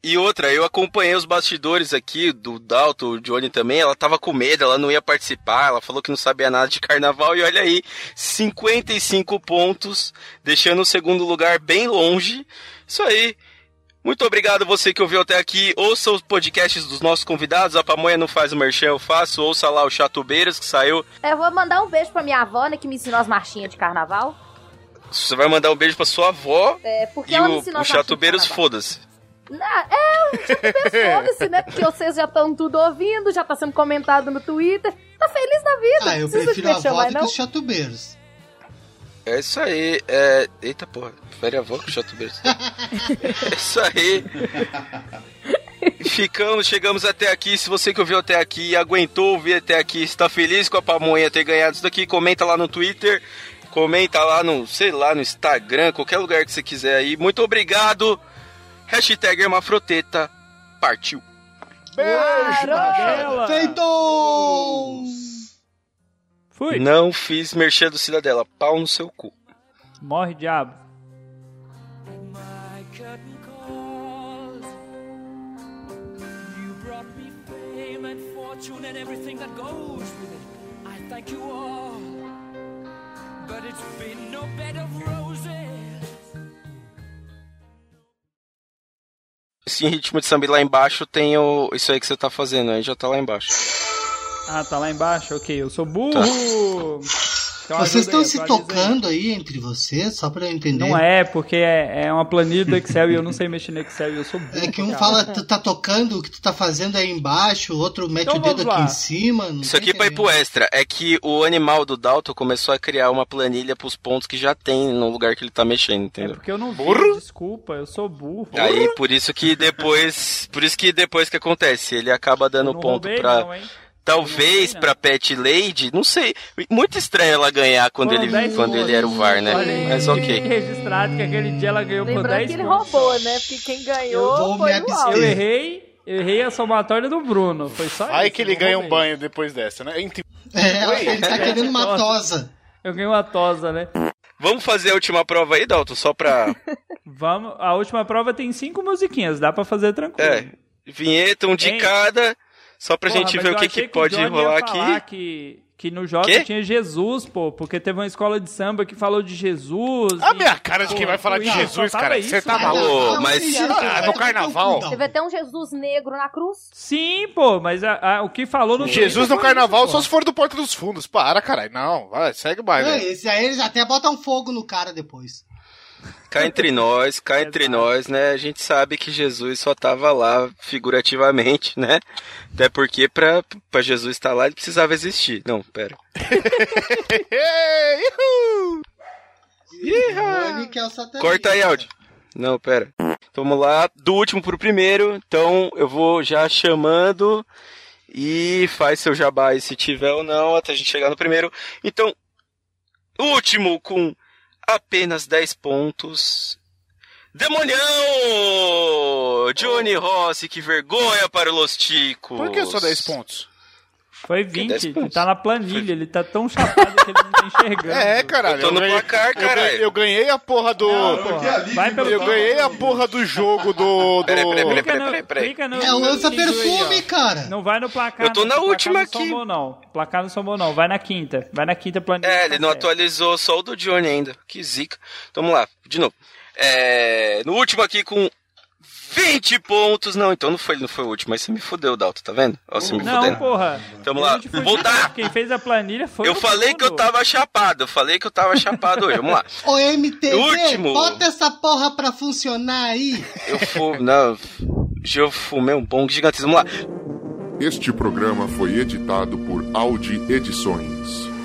Speaker 2: E outra, eu acompanhei os bastidores aqui do Dalton, o Johnny também. Ela tava com medo, ela não ia participar, ela falou que não sabia nada de carnaval. E olha aí, 55 pontos, deixando o segundo lugar bem longe. Isso aí. Muito obrigado você que ouviu até aqui. Ouça os podcasts dos nossos convidados. A Pamonha não faz o merchan, eu faço. Ouça lá o Chatubeiras que saiu.
Speaker 3: Eu vou mandar um beijo pra minha avó, né, que me ensinou as marchinhas de carnaval.
Speaker 2: Você vai mandar um beijo pra sua avó.
Speaker 3: É, porque
Speaker 2: e
Speaker 3: ela me
Speaker 2: o, o
Speaker 3: ensinou as marchinhas de
Speaker 2: Chatubeiras,
Speaker 3: carnaval.
Speaker 2: foda-se.
Speaker 3: Na- É, o foda-se, né? Porque vocês já estão tudo ouvindo, já tá sendo comentado no Twitter. Tá feliz da vida.
Speaker 5: Ah,
Speaker 3: Não precisa
Speaker 5: eu prefiro a
Speaker 3: mexer
Speaker 5: avó
Speaker 3: mais,
Speaker 5: do que
Speaker 3: não.
Speaker 5: os chatubeiros.
Speaker 2: É isso aí. É... Eita porra, prefere a avó que o chatubeiros. é isso aí. Ficamos, chegamos até aqui. Se você que ouviu até aqui e aguentou ouvir até aqui, está feliz com a pamonha ter ganhado isso daqui, comenta lá no Twitter, comenta lá no, sei lá, no Instagram, qualquer lugar que você quiser aí. Muito obrigado. Hashtag Hermafroteta. Partiu.
Speaker 1: Beijo, machado.
Speaker 7: Ela.
Speaker 5: Feito!
Speaker 7: Fui.
Speaker 2: Não fiz merchan do Cidadela. Pau no seu cu.
Speaker 7: Morre, diabo.
Speaker 9: My curtain calls. You brought me fame and fortune and everything that goes with it. I thank you all. But it's been no bed of roses.
Speaker 2: Se em ritmo de samba lá embaixo tem o... isso aí que você tá fazendo, aí já tá lá embaixo.
Speaker 7: Ah, tá lá embaixo? Ok, eu sou burro. Então,
Speaker 5: Vocês estão
Speaker 7: ajuda aí,
Speaker 5: se
Speaker 7: atualiza aí.
Speaker 5: tocando né? aí entre vocês, só pra eu entender?
Speaker 7: Não é, porque é, é uma planilha do Excel e eu não sei mexer no Excel e eu sou burro.
Speaker 5: É que um
Speaker 7: cara.
Speaker 5: fala, tu tá tocando o que tu tá fazendo aí embaixo, o outro mete
Speaker 7: Então
Speaker 5: o dedo
Speaker 7: vamos
Speaker 5: aqui
Speaker 7: lá.
Speaker 5: em cima. não
Speaker 2: Isso
Speaker 5: tô
Speaker 2: aqui pra ir pro
Speaker 5: entendendo.
Speaker 2: extra. É que o animal do Dalton começou a criar uma planilha pros pontos que já tem no lugar que ele tá mexendo,
Speaker 7: É
Speaker 2: entendeu?
Speaker 7: porque eu não vi,
Speaker 1: Burro?
Speaker 7: desculpa, eu sou burro.
Speaker 2: Aí por isso que depois. Por isso que depois que acontece, ele acaba dando
Speaker 7: Eu não
Speaker 2: ponto
Speaker 7: roubei,
Speaker 2: pra.
Speaker 7: não, hein?
Speaker 2: talvez
Speaker 7: não.
Speaker 2: pra Pet Lady, não sei. Muito estranho ela ganhar quando
Speaker 7: Foram
Speaker 2: ele
Speaker 7: 10
Speaker 2: quando ele era o VAR, né?
Speaker 7: Olha aí,
Speaker 2: Mas ok.
Speaker 7: registrado que aquele dia ela ganhou por
Speaker 3: Lembrando
Speaker 7: 10
Speaker 3: que ele
Speaker 7: pontos.
Speaker 3: roubou, né? Porque quem ganhou
Speaker 5: Eu vou
Speaker 3: foi o
Speaker 5: me abster.
Speaker 7: Eu
Speaker 3: Alves.
Speaker 7: errei, eu errei a somatória do Bruno. Foi só
Speaker 1: Aí
Speaker 7: isso,
Speaker 1: que
Speaker 7: eu
Speaker 1: ele
Speaker 7: não
Speaker 1: ganha um
Speaker 7: roubei.
Speaker 1: banho depois dessa, né? Entre-
Speaker 5: É, ele tá querendo uma
Speaker 7: Nossa.
Speaker 5: tosa.
Speaker 7: Eu ganhei uma tosa, né?
Speaker 2: Vamos fazer a última prova aí, Dalton, só pra.
Speaker 7: Vamos, a última prova tem cinco musiquinhas, dá pra fazer tranquilo.
Speaker 2: É. Vinheta, um de
Speaker 7: Hein?
Speaker 2: cada. Só pra
Speaker 7: Porra,
Speaker 2: gente
Speaker 7: mas
Speaker 2: ver
Speaker 7: eu
Speaker 2: o que,
Speaker 7: achei
Speaker 2: que
Speaker 7: o
Speaker 2: pode
Speaker 7: Johnny ia
Speaker 2: rolar
Speaker 7: falar
Speaker 2: aqui.
Speaker 7: Que, que no Jota
Speaker 2: Quê?
Speaker 7: tinha Jesus, pô, porque teve uma escola de samba que falou de Jesus.
Speaker 1: A
Speaker 7: e-
Speaker 1: minha cara de quem
Speaker 7: Pô,
Speaker 1: vai falar
Speaker 7: pô,
Speaker 1: de
Speaker 7: não,
Speaker 1: Jesus,
Speaker 7: só tava
Speaker 1: cara.
Speaker 7: isso,
Speaker 1: Você tá
Speaker 2: né?
Speaker 1: maluco?
Speaker 2: Ô, mas-
Speaker 1: Ah, no carnaval?
Speaker 3: Teve até um Jesus negro na cruz.
Speaker 7: Sim, pô, mas a- a- o que falou no
Speaker 1: Jesus
Speaker 7: Twitter
Speaker 1: no
Speaker 7: foi
Speaker 1: carnaval
Speaker 7: isso, pô.
Speaker 1: só se for do Porta dos Fundos. Para, caralho. Não, vai, segue mais.
Speaker 5: É,
Speaker 1: velho.
Speaker 5: esse aí eles até botam fogo no cara depois.
Speaker 2: Cá entre nós, cá entre nós, né? A gente sabe que Jesus só tava lá figurativamente, né? Até porque pra, pra Jesus estar lá, ele precisava existir. Não, pera.
Speaker 1: Ei, ihu!
Speaker 5: O Ele que é o satanista.
Speaker 2: Corta aí, áudio. Não, pera. Então, vamos lá, do último pro primeiro. Então eu vou já chamando e faz seu jabá aí se tiver ou não, até a gente chegar no primeiro. Então, último com apenas 10 pontos. Demonião! Johnny Rossi, que vergonha para o Lostico.
Speaker 1: Por que só 10 pontos?
Speaker 7: Foi
Speaker 2: dez
Speaker 7: 20,
Speaker 2: pontos.
Speaker 7: tá na planilha, ele tá tão chapado que ele não tá enxergando.
Speaker 1: É, caralho.
Speaker 2: Eu tô no
Speaker 1: ganhei-
Speaker 2: placar,
Speaker 1: eu ganhei-
Speaker 2: caralho.
Speaker 1: Eu ganhei a porra do.
Speaker 7: Não,
Speaker 6: Pô,
Speaker 7: porra.
Speaker 6: que
Speaker 5: é
Speaker 6: alívio,
Speaker 7: Vai pelo
Speaker 1: Eu
Speaker 6: mano.
Speaker 1: ganhei a porra do jogo do. do...
Speaker 2: Peraí, peraí, peraí,
Speaker 7: Clica no-
Speaker 2: peraí, peraí.
Speaker 7: clica no-
Speaker 5: É o
Speaker 7: no
Speaker 5: lança
Speaker 7: vídeo aí,
Speaker 5: perfume,
Speaker 7: ó.
Speaker 5: cara.
Speaker 7: Não vai no placar.
Speaker 2: Eu tô
Speaker 7: não,
Speaker 2: na
Speaker 7: que o placar
Speaker 2: última
Speaker 7: não
Speaker 2: aqui.
Speaker 7: Somou, não. O Placar não somou, não. Vai na quinta. Vai na quinta planilha.
Speaker 2: É,
Speaker 7: tá
Speaker 2: ele não
Speaker 7: certo.
Speaker 2: atualizou só o do Johnny ainda. Que zica. Então vamos lá, de novo. É, no último aqui com 20 pontos. Não, então não foi, não foi o último, mas você me fodeu, Dalton, tá vendo? Ó, você me
Speaker 7: Não,
Speaker 2: fodendo.
Speaker 7: porra.
Speaker 2: Tamo lá.
Speaker 7: Eu te fudi,
Speaker 2: Voltar!
Speaker 7: Quem fez a planilha foi
Speaker 2: Eu
Speaker 7: o
Speaker 2: falei que eu
Speaker 7: Bruno.
Speaker 2: tava chapado, eu falei que eu tava chapado hoje. Vamos lá.
Speaker 5: Ô, MTV,
Speaker 2: Último.
Speaker 5: bota essa porra pra funcionar aí.
Speaker 2: Eu fumei. Não, hoje eu fumei um bom gigantesco. Vamos lá.
Speaker 10: Este programa foi editado por Audi Edições.